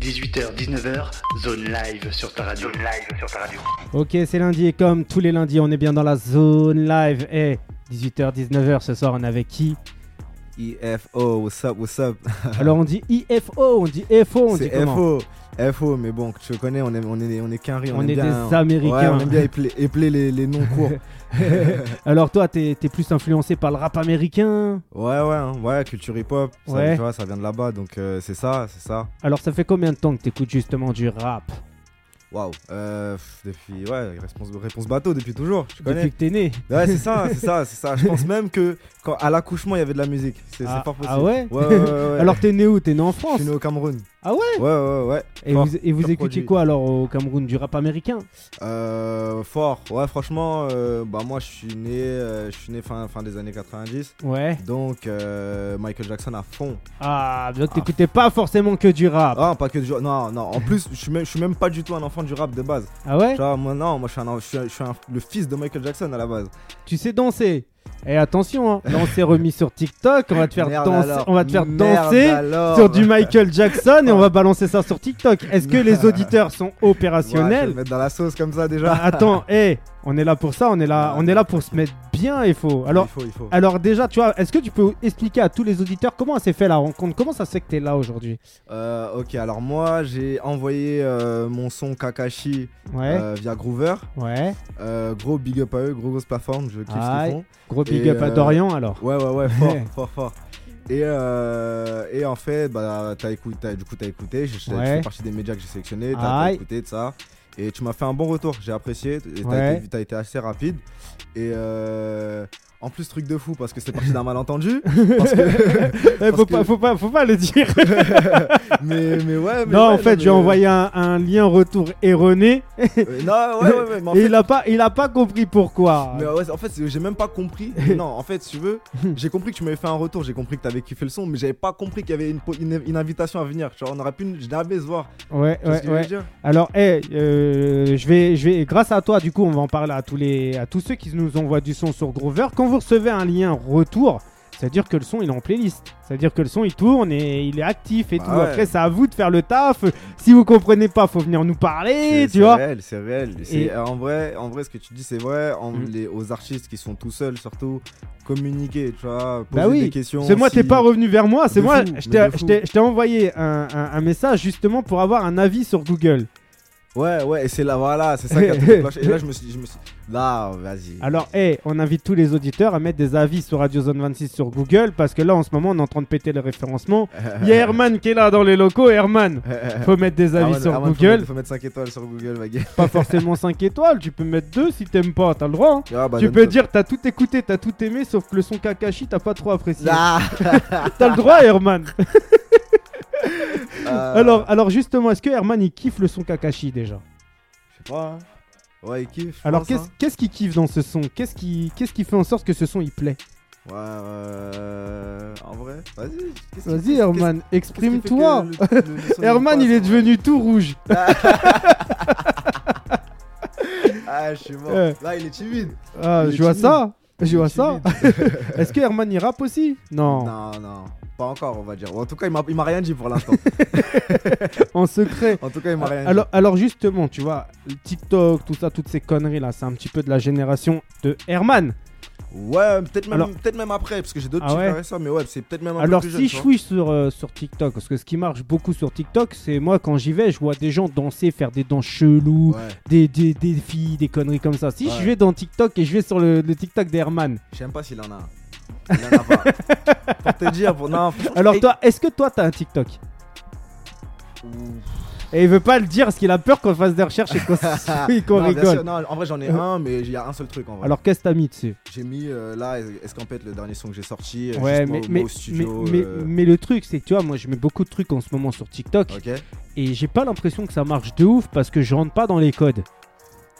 18h, 19h, zone live sur ta radio. Zone live sur ta radio. Ok, c'est lundi et comme tous les lundis, on est bien dans la zone live. Eh, Et 18h, 19h, ce soir, on est avec qui IFO, E what's up, what's up Alors, on dit IFO, on dit FO, on dit C'est comment FO, FO, mais bon, tu connais, on est, on est, on est qu'un rire, On aime est bien- hein. des Américains. Ouais, on aime bien épeler, épeler les, les noms courts. Alors, toi, t'es t'es plus influencé par le rap américain. Ouais, ouais, hein, ouais, culture hip-hop, ça, Ouais. tu vois, ça vient de là-bas, donc euh, c'est ça, c'est ça. Alors, ça fait combien de temps que t'écoutes justement du rap Waouh, euh, pff, depuis, ouais, réponse, réponse bateau depuis toujours, tu connais. Depuis que t'es né Ouais, c'est ça, c'est ça, c'est ça. Je pense même que quand, à l'accouchement, il y avait de la musique, c'est c'est Ah- fort possible. ah ouais ouais, ouais, ouais, ouais. Alors, t'es né où T'es né en je France suis né au Cameroun. Ah ouais Ouais, ouais, ouais. Et Fort. vous, et vous Pur écoutez produit. quoi alors au Cameroun Du rap américain Euh, fort, ouais, franchement, euh, bah moi je suis né, euh, je suis né fin, fin des années 90, Ouais. donc euh, Michael Jackson à fond. Ah, donc t'écoutais pas forcément que du rap. Ah, pas que du non, non, en plus, je suis même, je suis même pas du tout un enfant du rap de base. Ah ouais Tu vois, moi, non, moi je suis, un, je suis un- je suis un- le fils de Michael Jackson à la base. Tu sais danser et attention, hein, là on s'est remis sur TikTok, on va te faire Merde danser, alors, on va te faire merde danser alors. sur du Michael Jackson et on va balancer ça sur TikTok. Est-ce que les auditeurs sont Ouais, je vais le opérationnels mettre dans la sauce comme ça Bah, déjà. Attends, hé, on est là pour ça, on est là, Ah, on est là pour se mettre bien et faux. Alors, il faut, il faut. alors déjà, tu vois, est-ce que tu peux expliquer à tous les auditeurs comment s'est fait la rencontre Comment ça se fait que t'es là aujourd'hui Euh, ok, alors moi j'ai envoyé euh, mon son Kakashi Ouais, euh, via Groover. ouais. Euh, gros big up à eux, gros grosse plateforme, je kiffe ce Aïe. qu'ils font. Gros big et, up à euh, Dorian alors. Ouais, ouais, ouais, fort, fort, fort. Et, euh, et en fait, bah, t'as écouté, t'as- du coup, t'as écouté. Je, je Ouais. fais partie des médias que j'ai sélectionnés. T'as, t'as Aïe. écouté de ça. Et tu m'as fait un bon retour. J'ai apprécié. et T'as, Ouais. été, t'as été assez rapide. Et euh, en plus, truc de fou parce que c'est parti d'un malentendu. parce que- Eh, faut, parce pas, que- faut pas, faut pas le dire. mais, mais ouais, mais. non, en ouais, fait, mais- j'ai envoyé un, un lien retour erroné. Euh, non, ouais, ouais, ouais, mais en et fait- il a pas, il a pas compris pourquoi. Mais euh, ouais, en fait, c'est- j'ai même pas compris. non, en fait, si tu veux, j'ai compris que tu m'avais fait un retour, j'ai compris que t'avais kiffé le son, mais j'avais pas compris qu'il y avait une, po- une- une invitation à venir. Genre, on aurait pu jamais se voir. ouais, Tu vois ce ouais, que je veux ouais. dire Alors, hey, euh, je vais, je vais, grâce à toi, du coup, on va en parler à tous les, à tous ceux qui nous envoient du son sur Groover. Quand vous recevez un lien retour, ça veut dire que le son il est en playlist. Ça veut dire que le son il tourne et il est actif et Bah tout. ouais. Après, c'est à vous de faire le taf. Si vous comprenez pas, faut venir nous parler, C'est- tu vois. C'est réel, c'est réel. C'est- Et- En, vrai, en vrai, ce que tu dis, c'est vrai. En- Mm. les- aux artistes qui sont tout seuls, surtout, communiquer, tu vois, poser Bah oui, des questions. C'est moi, si- t'es pas revenu vers moi. C'est De moi, fou, je mais t'ai- de je fou. t'ai je t'ai envoyé un, un- un message justement pour avoir un avis sur Google. Ouais, ouais, et c'est là, voilà, c'est ça qui a tout déclenché. Et là, je me suis, je me suis... là, vas-y. Alors, hey, on invite tous les auditeurs à mettre des avis sur Radio Zone 26 sur Google parce que là, en ce moment, on est en train de péter le référencement. Il y a Herman qui est là dans les locaux. Herman, faut mettre des avis Arman- sur Arman, faut Google. mettre- Ah Faut mettre 5 étoiles sur Google, ma gueule. Pas forcément 5 étoiles. Tu peux mettre 2 si t'aimes pas. T'as le droit. hein. Ah, bah, tu donne- peux dire t'as tout écouté, t'as tout aimé, sauf que le son Kakashi, t'as pas trop apprécié. Là. T'as le droit, Herman. Euh, Alors, alors justement, est-ce que Herman il kiffe le son Kakashi déjà Je sais pas. hein. Ouais, il kiffe. je Alors pense, qu'est-ce hein. qu'est-ce qui kiffe dans ce son Qu'est-ce qui qu'est-ce qui fait en sorte que ce son il plaît hein. Ouais, euh, en vrai, vas-y. qu'est-ce qui- Vas-y qu'est-ce- qu'est-ce- Herman, qu'est-ce qui fait que exprime-toi. le- le- le son, Herman, passe, il est hein devenu tout rouge. Ah, je suis mort. Euh. Là, il est timide. Ah, Il est je vois timide. ça. Je Il est vois ça. Est-ce que Herman il rappe aussi Non. Non, non, pas encore, on va dire. Ou En tout cas, il m'a il m'a rien dit pour l'instant. En secret. En tout cas, il m'a rien Alors, alors justement, tu vois, le TikTok, tout ça, toutes ces conneries là, c'est un petit peu de la génération de Herman. dit. Ouais, peut-être même, Alors- peut-être même après, parce que j'ai d'autres Ah petits ouais frères et sœurs, mais ouais, c'est peut-être même un Alors peu plus si je jeune. suis sur, euh, sur TikTok, parce que ce qui marche beaucoup sur TikTok, c'est moi quand j'y vais, je vois des gens danser, faire des danses tu cheloues, vois. Ouais, des, des, des filles, des conneries comme ça. Si Ouais. je vais dans TikTok et je vais sur le, le TikTok d'Herman, je sais même pas s'il en a un. Il en a pas. pour te dire, pour... non, franchement, alors et- toi, est-ce que toi t'as un TikTok Ouh. Et il veut pas le dire parce qu'il a peur qu'on fasse des recherches et qu'on et qu'on Non, bien rigole. sûr, non, en vrai, j'en ai Euh. un, mais il y a un seul truc en vrai. Alors qu'est-ce que t'as mis dessus J'ai mis euh, là Escampette, le dernier son que j'ai sorti. euh, Ouais, juste mais, moi- mais, moi au studio. mais- mais- euh, mais le truc, c'est que tu vois, moi je mets beaucoup de trucs en ce moment sur TikTok Ok. et j'ai pas l'impression que ça marche de ouf parce que je rentre pas dans les codes.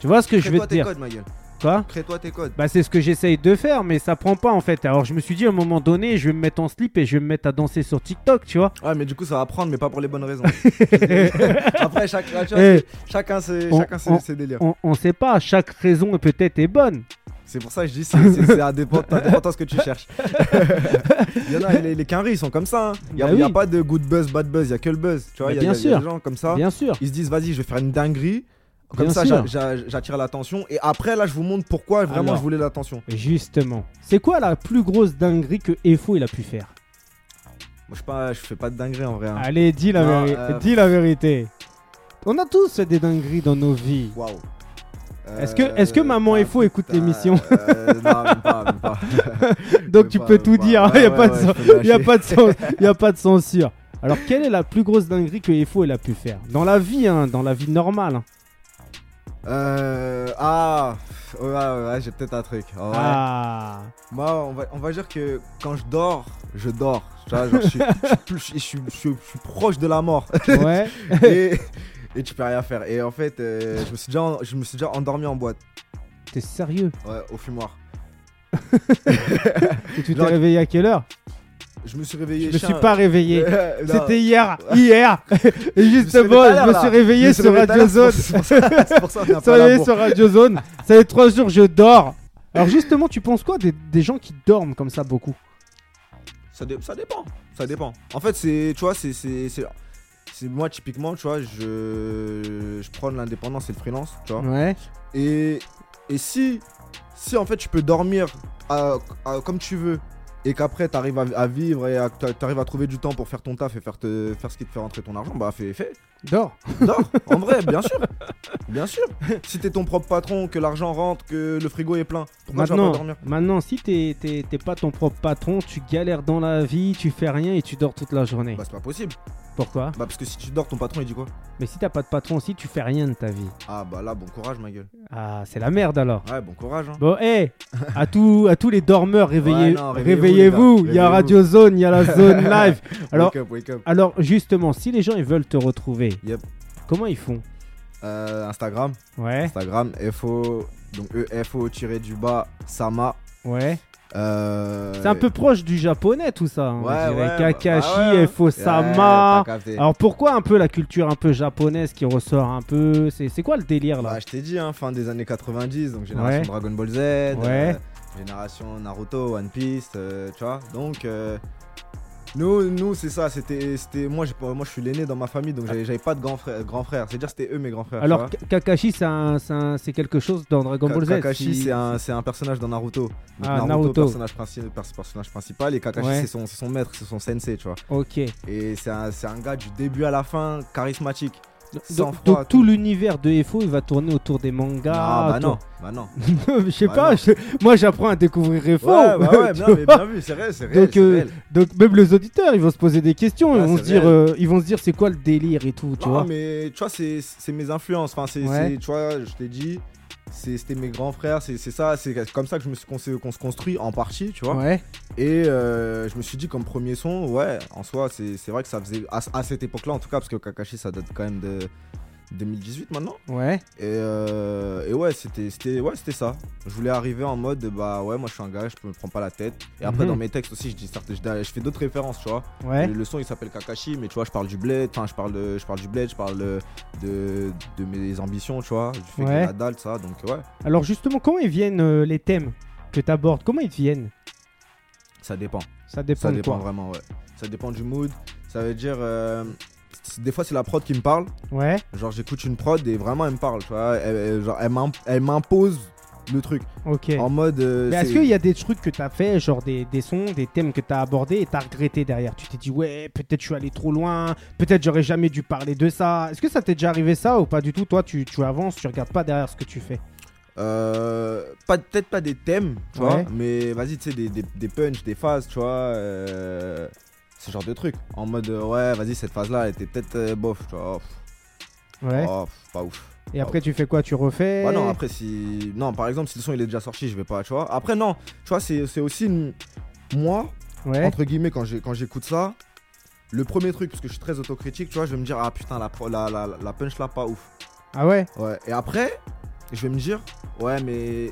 Tu vois ce que je vais Crée-toi te tes dire codes, ma gueule. Quoi Crée-toi tes codes. Bah c'est ce que j'essaye de faire, mais ça prend pas en fait. Alors je me suis dit à un moment donné, je vais me mettre en slip et je vais me mettre à danser sur TikTok, tu vois. Ouais, mais du coup, ça va prendre, mais pas pour les bonnes raisons. Après, chaque, tu vois, Eh, chacun, ses, On- chacun ses, on- ses délires. on, on sait pas, chaque raison peut-être est bonne. C'est pour ça que je dis, c'est c'est- c'est indépendant, indépendant ce que tu cherches. il y en a, les, les quinries, ils sont comme ça. hein. Il n'y a, Bah il y a oui. pas de good buzz, bad buzz, il n'y a que le buzz. Tu vois, il Mais y, a- bien il y a des sûr. gens comme ça. Bien sûr. Ils se disent, vas-y, je vais faire une dinguerie. Comme Bien ça, sûr. j'a- j'a- j'attire l'attention. Et après, là, je vous montre pourquoi vraiment Alors. je voulais l'attention. Justement. C'est quoi la plus grosse dinguerie que EFO il a pu faire Moi, je, ne fais pas de dinguerie en vrai. hein. Allez, dis la, Non, véri- euh, dis la vérité. On a tous fait des dingueries dans nos vies. Waouh. Est-ce que, est-ce que Euh, Maman putain, EFO écoute putain, l'émission euh, Non, même pas, même pas. Donc Même tu pas, peux même tout pas. dire, il Ouais, n'y a, ouais, pas de ouais, cen- je peux me y a lâcher. pas de cen- y a pas de censure. Alors quelle est la plus grosse dinguerie que EFO il a pu faire Dans la vie, hein, dans la vie normale. hein. Euh. Ah. Ouais, ouais, ouais, j'ai peut-être un truc. Ah ouais. Ah, Moi, on va, on va dire que quand je dors, je dors. Tu vois, genre, je, suis, je suis plus- je suis- je suis- je suis proche de la mort. ouais. Et, et tu peux rien faire. Et en fait, euh, je, me suis déjà, en- je me suis déjà endormi en boîte, T'es sérieux ouais, au fumoir. Et tu t'es Genre- réveillé à quelle heure Je me suis Je réveillé. me chien. suis pas réveillé. Euh, non. C'était hier, hier. Et justement, réveillé tout à je me l'heure, suis là. Je réveillé me suis sur réveillé tout à Radio l'heure, Zone. C'est pour ça- c'est pour ça qu'on a Ça pas la y est, bourre. sur Radio Zone. Ça fait trois jours, je dors. Alors justement, tu penses quoi des, des gens qui dorment comme ça beaucoup Ça, dé- ça dépend. Ça dépend. En fait, c'est, tu vois, c'est, c'est, c'est, c'est- moi typiquement, tu vois, je, je prends l'indépendance et le freelance, tu vois. Ouais. Et, et si, si en fait tu peux dormir à- à- comme tu veux et qu'après t'arrives à, à vivre et à- t'a- t'arrives à trouver du temps pour faire ton taf et faire te, faire ce qui te fait rentrer ton argent, bah fais, fais. Dors. Dors. en vrai, bien sûr, bien sûr. Si t'es ton propre patron, que l'argent rentre, que le frigo est plein, pourquoi tu vas pas Maintenant, dormir maintenant, si t'es t'es- t'es pas ton propre patron, tu galères dans la vie, tu fais rien et tu dors toute la journée. Bah c'est pas possible. Pourquoi Bah parce que si tu dors, ton patron il dit quoi Mais si t'as pas de patron aussi, tu fais rien de ta vie. Ah bah là, bon courage ma gueule. Ah, c'est la merde alors. Ouais, bon courage. Hein. Bon, hé, à, tous, à tous les dormeurs, Ouais, réveillez, non, réveillez-vous, réveillez-vous. les gars, il y a réveillez-vous. Radio Zone, il y a la Zone Live. Alors, Wake up, wake up. alors justement, si les gens ils veulent te retrouver, Yep. comment ils font Euh, Instagram, Ouais, Instagram, FO, donc EFO tiré du bas, Sama. ouais. Euh, C'est un peu proche du japonais tout ça. hein, Ouais, on dirait ouais, Kakashi, bah ouais, hein. Fosama. Ouais, t'as capté. alors pourquoi un peu la culture un peu japonaise qui ressort un peu C'est c'est quoi le délire là Bah, je t'ai dit, hein, fin des années 90, donc génération Ouais. Dragon Ball Z, euh, génération Naruto, One Piece, euh, tu vois. Donc, euh, nous, nous c'est ça, c'était. c'était- Moi, j'ai pas- moi, je suis l'aîné dans ma famille, donc j'avais j'avais pas de grands frères. Grands frères. C'est-à-dire, c'était eux mes grands frères. Alors Ka- Kakashi c'est un- c'est un- c'est quelque chose dans Dragon Ball Z. Kakashi, si- c'est un, c'est un personnage dans Naruto. Donc, Ah, Naruto, Naruto. Personnage, princi- pers- personnage principal, et Kakashi, Ouais. c'est son, c'est son maître, c'est son sensei, tu vois. Ok. Et c'est un, c'est un gars du début à la fin, charismatique. Sans Donc, froid, donc, tout. tout l'univers de EFO il va tourner autour des mangas. Ah, bah autour- non, bah non. je sais Bah pas, non. je- moi j'apprends à découvrir EFO. Ouais, bah ouais, tu bien, mais vois. bien vu, c'est réel, c'est réel. Donc, c'est euh, réel. Donc même les auditeurs, ils vont se poser des questions, ils, Ouais, vont se c'est dire, réel. euh, ils vont se dire c'est quoi le délire et tout, tu Non, vois. mais tu vois, c'est c'est mes influences. Enfin, c'est, Ouais. c'est- tu vois, je t'ai dit, c'est- c'était mes grands frères, c'est c'est ça, c'est comme ça que je me suis qu'on s'est- qu'on se construit en partie, tu vois. Ouais. Et euh, je me suis dit, comme premier son, ouais, en soi, c'est c'est vrai que ça faisait, à, à cette époque-là en tout cas, parce que Kakashi, ça date quand même de 2018 maintenant. Ouais. Et, euh, et ouais, c'était c'était- ouais, c'était ça. Je voulais arriver en mode, bah ouais, moi je suis un gars, je me prends pas la tête. Et après, Mhm. dans mes textes aussi, je, dis, certaines- je, je fais d'autres références, tu vois. Ouais. Le, le son il s'appelle Kakashi, mais tu vois, je parle du bled, enfin, je parle, de- je parle du bled, je parle de, de, de mes ambitions, tu vois, du fait que Ouais. j'ai la dalle, ça, donc ouais, Alors justement, comment ils viennent euh, les thèmes que tu abordes Comment ils te viennent ça dépend. Ça dépend, ça de dépend quoi vraiment, ouais. Ça dépend du mood, ça veut dire. euh, c- des fois, c'est la prod qui me parle, Ouais. genre, j'écoute une prod et vraiment, elle me parle, tu vois, elle, elle- genre, elle m'im- elle m'impose le truc Ok. en mode. euh, mais est-ce c'est- qu'il y a des trucs que t'as fait, genre des, des sons, des thèmes que t'as abordés et t'as regretté derrière Tu t'es dit ouais, peut-être je suis allé trop loin, peut-être j'aurais jamais dû parler de ça. Est-ce que ça t'est déjà arrivé ça ou pas du tout Toi, tu, tu avances, tu regardes pas derrière ce que tu fais. Euh, pas- peut-être pas des thèmes, tu Ouais. vois, mais vas-y, tu sais, des, des, des punchs, des phases, tu vois, euh, ce genre de truc. En mode, euh, ouais, vas-y, cette phase-là, elle était peut-être euh, bof, tu vois, oh, pff, Ouais. oh, pff, pas ouf. et après, tu fais quoi Tu refais Bah non, après, si. Non, par exemple, si le son il est déjà sorti, je vais pas, tu vois. Après, non, tu vois, c'est c'est aussi. une- Moi, Ouais. entre guillemets, quand j'ai- quand j'écoute ça, le premier truc, parce que je suis très autocritique, tu vois, je vais me dire, ah putain, la, pro- la, la, la punch là, pas ouf. Ah ouais Ouais, et après, je vais me dire, ouais, mais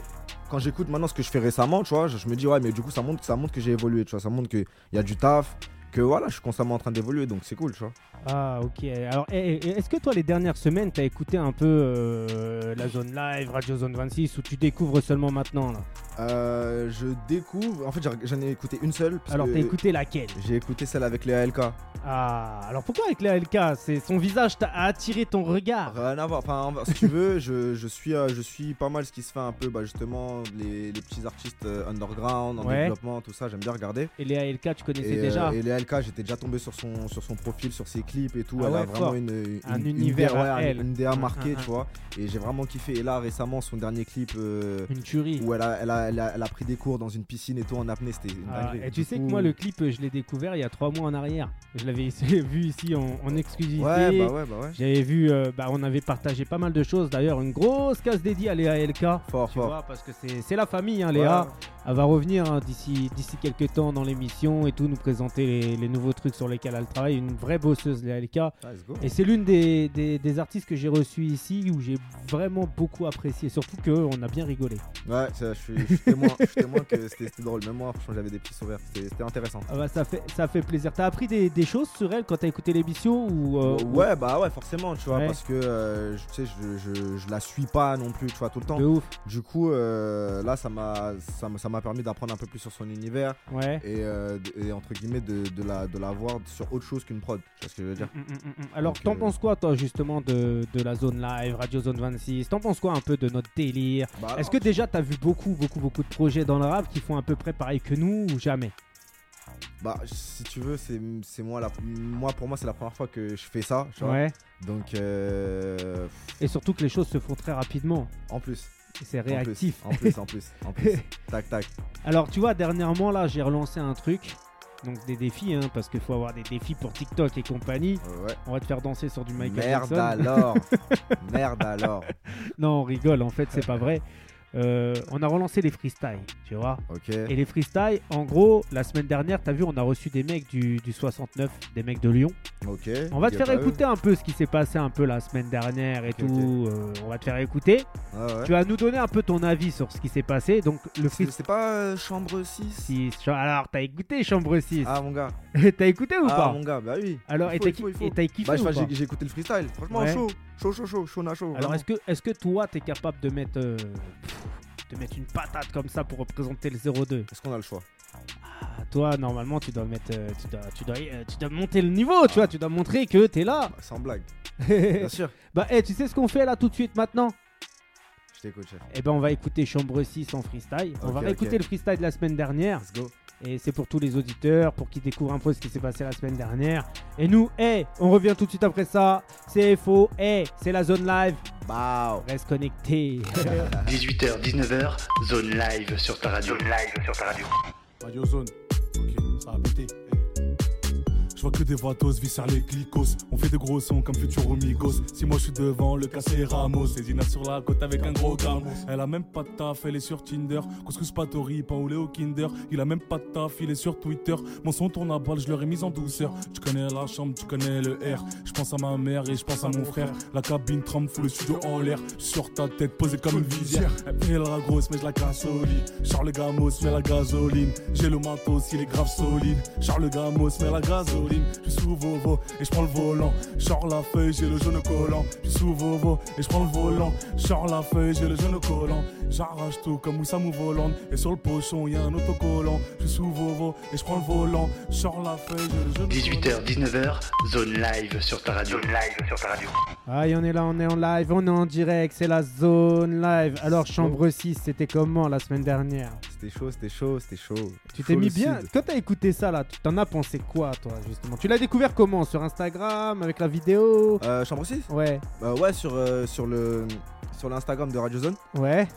quand j'écoute maintenant ce que je fais récemment, tu vois, je, je me dis, ouais, mais du coup, ça montre, ça montre que j'ai évolué, tu vois, ça montre qu'il y a du taf, que voilà, je suis constamment en train d'évoluer, donc c'est cool, tu vois. Ah, ok. Alors, eh, eh, est-ce que toi, les dernières semaines, t'as écouté un peu euh, la zone live, Radio Zone 26, ou tu découvres seulement maintenant là Euh, je découvre. En fait, j'ai- j'en ai écouté une seule. Parce Alors, que t'as écouté laquelle J'ai écouté celle avec les ALK. Ah, alors pourquoi avec la LK C'est son visage t'a a attiré ton regard. Rien à voir. Enfin, en- si tu veux, je, je suis, euh, je suis pas mal ce qui se fait un peu, bah, justement, les, les petits artistes euh, underground, en Ouais. développement, tout ça. J'aime bien regarder. Et les LK, tu connaissais Et, euh, déjà et les ALK, j'étais déjà tombé sur son, sur son profil, sur ses clips et tout. Ah elle ouais, a fort. vraiment une, une- Un une univers DA, à ouais, elle. Hum, une DA Un- marquée, un- un. tu vois. Et j'ai vraiment kiffé. Et là, récemment, son dernier clip. euh, Une tuerie. où elle a, elle, a, elle, a, elle a pris des cours dans une piscine et tout en apnée, c'était une Ah, dinguerie. et tu Du sais coup- que moi, le clip, euh, je l'ai découvert il y a trois mois en arrière. Je l'avais ici- vu ici en, en exclusivité. Ouais, bah ouais, bah ouais. J'avais vu, euh, bah, on avait partagé pas mal de choses. D'ailleurs, une grosse case dédiée à Léa LK. Fort, Tu fort. vois, parce que c'est c'est la famille, hein, Léa. Ouais. Elle va revenir hein, d'ici d'ici quelques temps dans l'émission et tout, nous présenter les, les nouveaux trucs sur lesquels elle travaille. Une vraie bosseuse, Léa LK. Ah, let's go. Et c'est l'une des, des- des artistes que j'ai reçues ici où j'ai vraiment beaucoup apprécié. Surtout qu'on a bien rigolé. Ouais, ça, je suis, je suis témoin, je suis témoin que c'était c'était drôle. Même moi, franchement, j'avais des petits sourires. C'était c'était intéressant. Ah bah, ça, fait, ça fait plaisir. T'as appris des, des choses sur elle quand t'as écouté l'émission ou, euh, ou- ouais, bah ouais, forcément, tu vois, Ouais. parce que euh, je- tu sais, je, je, je la suis pas non plus, tu vois, tout le temps. De ouf. Du coup, euh, là, ça m'a ça m'a- ça m'a permis d'apprendre un peu plus sur son univers Ouais. et, euh, d- et, entre guillemets de, de, la, de la voir sur autre chose qu'une prod. Tu vois ce que je veux dire Mm, mm, mm, mm. Alors, Donc, t'en euh, penses quoi, toi, justement, de, de la zone live, Radio Zone 26 T'en penses quoi un peu de notre délire Bah, Est-ce que déjà t'as vu beaucoup, beaucoup, beaucoup de projets dans le rap qui font à peu près pareil que nous ou jamais Bah, si tu veux, c'est c'est moi, la, moi, pour moi, c'est la première fois que je fais ça, tu vois. Ouais. Donc, euh, Et surtout que les choses se font très rapidement. en plus. Et C'est en plus, réactif. En plus, en plus, en plus. tac, tac. Alors tu vois, dernièrement là, j'ai relancé un truc. Donc des défis, hein, parce qu'il faut avoir des défis pour TikTok et compagnie. Euh, ouais. On va te faire danser sur du Michael Merde Jackson. alors Merde alors Non, on rigole, en fait, c'est pas vrai. Euh, on a relancé les freestyles, tu vois. Ok. Et les freestyles, en gros, la semaine dernière, t'as vu, on a reçu des mecs du, du 69, des mecs de Lyon. Ok. On va te Big up faire à eux. écouter un peu ce qui s'est passé un peu la semaine dernière et Ok, tout. Euh, on va te faire écouter. Ouais, ouais. Tu vas nous donner un peu ton avis sur ce qui s'est passé. Donc le C'est freestyle. c'est pas euh, chambre 6 Alors, t'as écouté Chambre 6 Ah mon gars. T'as écouté ou Ah pas mon gars, bah oui. Alors, Il et faut, t'as il faut, ki- il faut. et t'as kiffé Bah, je- ou enfin, pas j'ai j'ai écouté le freestyle. Franchement, Ouais. chaud. Chaud, chaud, chaud, chaud, na chaud. Alors, vraiment. est-ce que, est que toi, t'es capable de mettre, euh, pff, de mettre une patate comme ça pour représenter le 02 Est-ce qu'on a le choix Ah, Toi, normalement, tu dois mettre, euh, tu, dois, tu, dois, euh, tu dois monter le niveau, tu vois, tu dois montrer que t'es là. Bah, Sans blague. Bien bah, sûr. eh, tu sais ce qu'on fait là tout de suite maintenant Je t'écoute, chef. Eh ben, on va écouter Chambre 6 en freestyle. On Ok, va ok. réécouter le freestyle de la semaine dernière. Let's go. Et c'est pour tous les auditeurs, pour qu'ils découvrent un peu ce qui s'est passé la semaine dernière. Et nous, eh, on revient tout de suite après ça. C'est faux, eh, c'est la zone live. Bow. Reste connecté. 18h, 19h, zone live sur ta radio. live sur ta radio. Radio Zone. Ok, ça a pété. Je vois que des vatos viscères les clicos. On fait des gros sons comme Futuro Migos. Si moi je suis devant, le cas c'est Ramos. C'est Zina sur la côte avec un gros camo. Elle a même pas de taf, elle est sur Tinder. Couscous Patori, pain au lait au Kinder. Il a même pas de taf, il est sur Twitter. Mon son tourne à balle, je l'aurais mise en douceur. Tu connais la chambre, tu connais le R. Je pense à ma mère et je pense à mon frère. La cabine tremble, fout le studio en l'air. Sur ta tête posée comme une visière. Elle la grosse, mais je la casse au lit. Charles Gamos, mais la gasoline. J'ai le matos, il est grave solide. Charles Gamos, mais la gasoline. Je suis sous Vovo et je prends le volant. Genre la feuille, j'ai le jaune collant. Je suis sous Vovo et je prends le volant. Genre la feuille, j'ai le jaune collant. J'arrache tout comme Moussa Mouvolande. Et sur le pochon, y a un autocollant. Je suis sous Vovo et je prends le volant. Genre la feuille, j'ai le jaune 18h, 19h, zone live sur ta radio. live sur ta radio. Aïe, on est là, on est en live, on est en direct, c'est la zone live. Alors, Chambre 6, c'était comment la semaine dernière C'était chaud, c'était chaud, c'était chaud. Tu Chaud t'es mis le bien. sud. Quand t'as écouté ça, là, tu t'en as pensé quoi, toi, justement Tu l'as découvert comment Sur Instagram, avec la vidéo Euh, chambre 6 Ouais, Bah ouais, sur, euh, sur le sur l'Instagram de Radio Zone. ouais.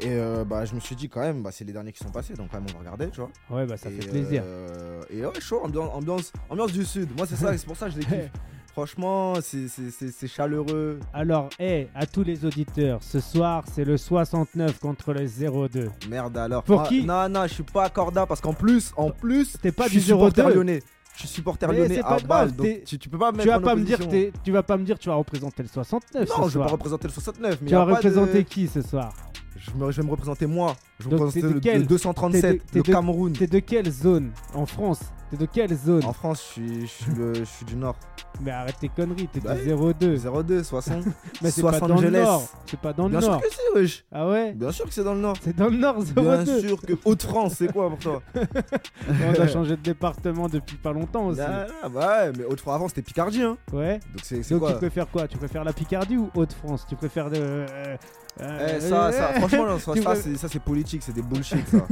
Et euh, bah, je me suis dit quand même, bah, c'est les derniers qui sont passés, donc quand même on va regarder, tu vois. Ouais, bah ça Et, fait plaisir. euh, et ouais, chaud, ambiance, ambiance, ambiance du sud. Moi, c'est ça, c'est pour ça que je les kiffe. Franchement, c'est- c'est c'est- c'est chaleureux. Alors, hé, à tous les auditeurs, ce soir, c'est le 69 contre le 02. Merde alors. Pour Ah, qui Non, non, je suis pas corda parce qu'en plus, en plus, T'es pas je du suis supporter 02. lyonnais. Je suis supporter Mais lyonnais c'est pas à grave, balle. t'es- Donc tu, tu peux pas me Tu mettre vas en pas me dire que opposition. t'es- tu vas pas me dire que tu vas représenter le 69 Non, je ce vais pas soir. représenter le 69, mais Tu y a vas pas de- représenter qui ce soir je, me- je vais me représenter moi. Je vais Donc, me représenter t'es de le, quel le 237, T'es de- le t'es de- Cameroun. T'es de quelle zone en France T'es de quelle zone En France, je suis, je suis, le- je suis du nord. Mais arrête tes conneries, t'es Bah de 02. 02, 60. Mais c'est pas Los dans le Angeles. nord. C'est pas dans le Bien sûr nord. que c'est, wesh. Ah ouais Bien sûr que c'est dans le nord. C'est dans le nord 02. Bien sûr que Haute-France, c'est quoi pour toi On a changé de département depuis pas longtemps aussi. Là, là, bah ouais, mais Haute-France avant c'était Picardie, hein. Ouais. Donc c'est c'est Donc quoi tu préfères quoi Tu préfères la Picardie ou Haute-France Tu préfères de. euh, euh, Eh, ça, ça, euh, franchement, non, ça, Tu ça, vois- c'est- ça, c'est politique, c'est des bullshit, ça.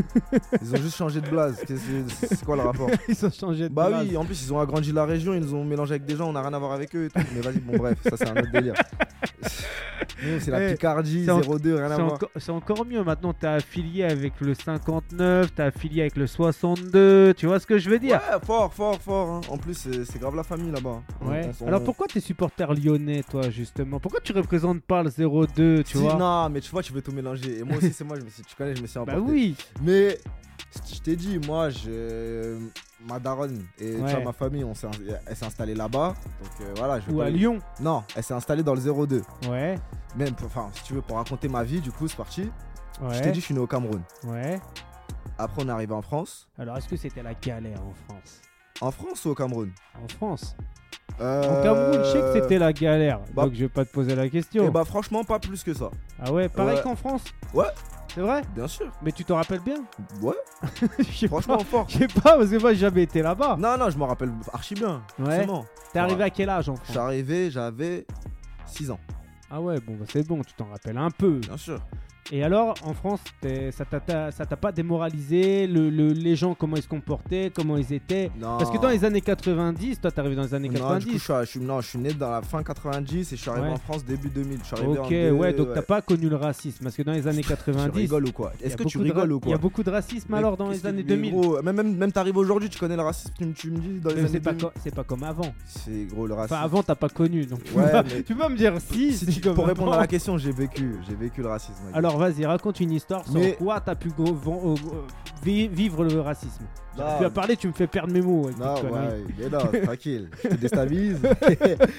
Ils ont juste changé de blaze. Qu'est-ce que- C'est c'est quoi le rapport Ils ont changé de Bah place. oui, en plus, ils ont agrandi la région, ils nous ont mélangé avec des gens, on n'a rien à voir avec eux et tout. Mais vas-y, bon, bref, ça, c'est un autre délire. Nous, c'est la Eh, Picardie, c'est en- 02, rien à C'est voir. encore, c'est encore mieux maintenant, t'es affilié avec le 59, t'es affilié avec le 62, tu vois ce que je veux Ouais, dire fort, fort, fort. hein. En plus, c'est c'est grave la famille là-bas. Ouais. On- on- Alors pourquoi t'es supporter lyonnais toi justement Pourquoi tu représentes pas le 02, Si, tu vois Non, mais tu vois, tu veux tout mélanger. Et moi aussi, c'est moi, je me suis, tu connais, je me suis Bah emporté. oui, Mais je t'ai dit, moi, je... ma daronne et tu Ouais. vois, ma famille, on s'est... elle s'est installée là-bas. Donc euh, voilà, je vais ou pas à lui- Lyon. Non, elle s'est installée dans le 02. Ouais, Même, pour- enfin, si tu veux, pour raconter ma vie, du coup, c'est parti. Je t'ai ouais, dit, je suis né au Cameroun. ouais. Après, on est arrivé en France. Alors est-ce que c'était la galère en France En France ou au Cameroun En France Euh, En Cameroun, je sais que c'était la galère, bah- donc je vais pas te poser la question. Eh bah, franchement, pas plus que ça. ah ouais, pareil Ouais. qu'en France Ouais. C'est vrai Bien sûr. Mais tu t'en rappelles bien Ouais, Je sais pas. franchement, fort. Je sais pas, parce que moi j'ai jamais été là-bas. Non, non, je m'en rappelle archi bien. Ouais. forcément. T'es arrivé Ouais. à quel âge en Je suis France arrivé, j'avais 6 ans. Ah ouais, bon, bah, c'est bon, tu t'en rappelles un peu. Bien sûr. Et alors, en France, t'es- ça t'a- t'a ça t'a pas démoralisé le- le- Les gens, comment ils se comportaient, comment ils étaient Non. Parce que dans les années 90, toi, t'es arrivé dans les années Non, du coup, je 90. suis, je suis- non, je suis né dans la fin 90 et je suis arrivé Ouais. en France début 2000. Je suis arrivé Ok, en deux- ouais, donc t'as pas connu le racisme. Parce que dans les années 90. Tu rigoles ou quoi il y a Est-ce que tu beaucoup de ra- rigoles ou Il y a quoi beaucoup de racisme Mais alors dans qu'est-ce les que- années mais 2000. gros, même même, même t'arrives aujourd'hui, tu connais le racisme, tu, me- tu me dis dans les Mais années c'est pas, 2000. co- c'est pas comme avant. C'est gros le racisme. Enfin, avant, t'as pas connu. Donc tu, Ah, Ouais, peux pas- mais- tu peux me dire si. Si c'est tu- comme pour répondre à la avant. question, j'ai vécu, j'ai vécu le racisme. ouais. Alors vas-y, raconte une histoire sur Mais- quoi t'as pu gros- vent- euh, euh, vi- vivre le racisme. Non, Tu as parlé, tu me fais perdre mes mots. avec Non, tes conneries. ouais, mais non, tranquille, je te déstabilise.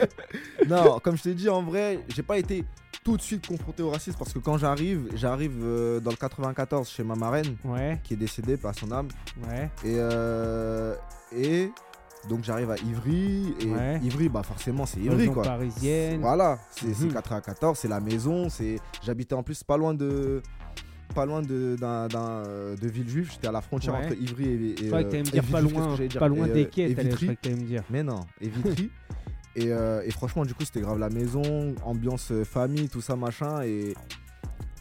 non, comme je t'ai dit, en vrai, j'ai pas été tout de suite confronté au racisme parce que quand j'arrive, j'arrive euh, dans le 94 chez ma marraine Ouais, qui est décédée par son âme. ouais, Et, euh, et donc j'arrive à Ivry. Et Ouais. Ivry, bah forcément, c'est Ivry région quoi. parisienne. Voilà, c'est c'est Mhm. 94, c'est la maison. c'est J'habitais en plus pas loin de. Pas loin de, d'un- d'un, euh, de Villejuif, j'étais à la frontière Ouais. entre Ivry et. et, Je euh, croyais que t'allais me et dire pas Villejuif, qu'est-ce loin, que j'allais dire pas loin Et, euh, des et quais, t'allais- je Vitry. croyais que t'allais me dire. Mais non, et Vitry. et, euh, et franchement, du coup, c'était grave la maison, ambiance euh, famille, tout ça, machin. Et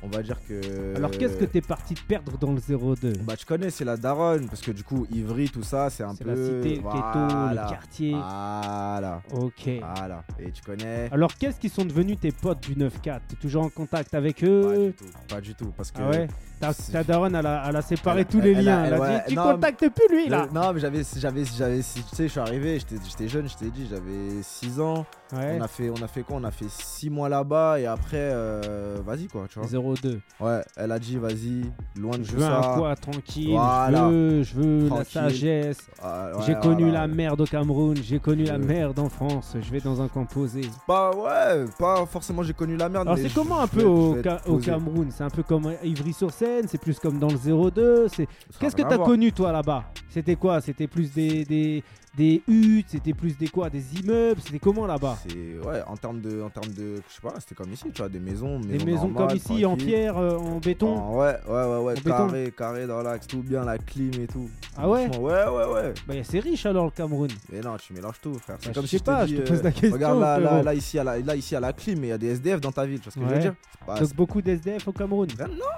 on va dire que. Alors qu'est-ce que t'es parti perdre dans le 02 Euh, Bah, tu connais, c'est la daronne, parce que du coup, Ivry, tout ça, c'est un C'est peu. la cité, le ghetto, Voilà. le quartier. Voilà. Ok. Voilà. Et tu connais. Alors qu'est-ce qu'ils sont devenus tes potes du 9-4 T'es toujours en contact avec Pas eux du tout. Pas du tout. Parce que. Ah ouais Ta c'est- ta daronne, elle a, elle a séparé Elle a- tous les elle a- liens. elle- Elle a, ouais, dit Tu non, contactes plus lui Le- là Non, mais j'avais. j'avais, j'avais tu sais, je suis arrivé, j'étais j'étais jeune, je t'ai dit, j'avais 6 ans. Ouais. On, a fait, on a fait quoi On a fait 6 mois là-bas et après, euh, vas-y quoi, tu vois. 02. Ouais, elle a dit, vas-y, loin de Je tout veux un ça. quoi tranquille, Voilà. je veux, je veux la Tranquille. sagesse. Ah, ouais, j'ai connu voilà. la merde au Cameroun, j'ai connu la Euh. merde en France, je vais dans un camp posé. Pas, Bah, ouais, pas forcément j'ai connu la merde. Alors mais c'est je- comment un je peu vais- je au, vais Ca- te au poser. Cameroun C'est un peu comme Ivry-sur-Seine, c'est plus comme dans le 02. Ça c'est- a Qu'est-ce que rien à t'as Ah, bah, voir. connu toi là-bas C'était quoi C'était plus des, des, des huttes, c'était plus des quoi Des immeubles, c'était comment là-bas C'est ouais, en termes de, en termes de, je sais pas, c'était comme ici, tu vois, des maisons, Des maisons normales, comme ici, en tranquilles. pierre, euh, en béton En- ouais, ouais, ouais, ouais, En béton. carré, carré dans l'axe, tout bien, la clim et tout. Ah ouais Franchement, Ouais, ouais, ouais. Bah c'est riche alors le Cameroun. Mais non, tu mélanges tout, frère. C'est Bah, comme je si sais je pas, te dis, je te pose la euh, question, Regarde là, là, frérot. là, ici, à la, là, ici, à la clim, mais il y a des SDF dans ta ville, tu vois ce que je Ouais. veux dire Ah, C'est pas- Donc beaucoup d'SDF au Cameroun.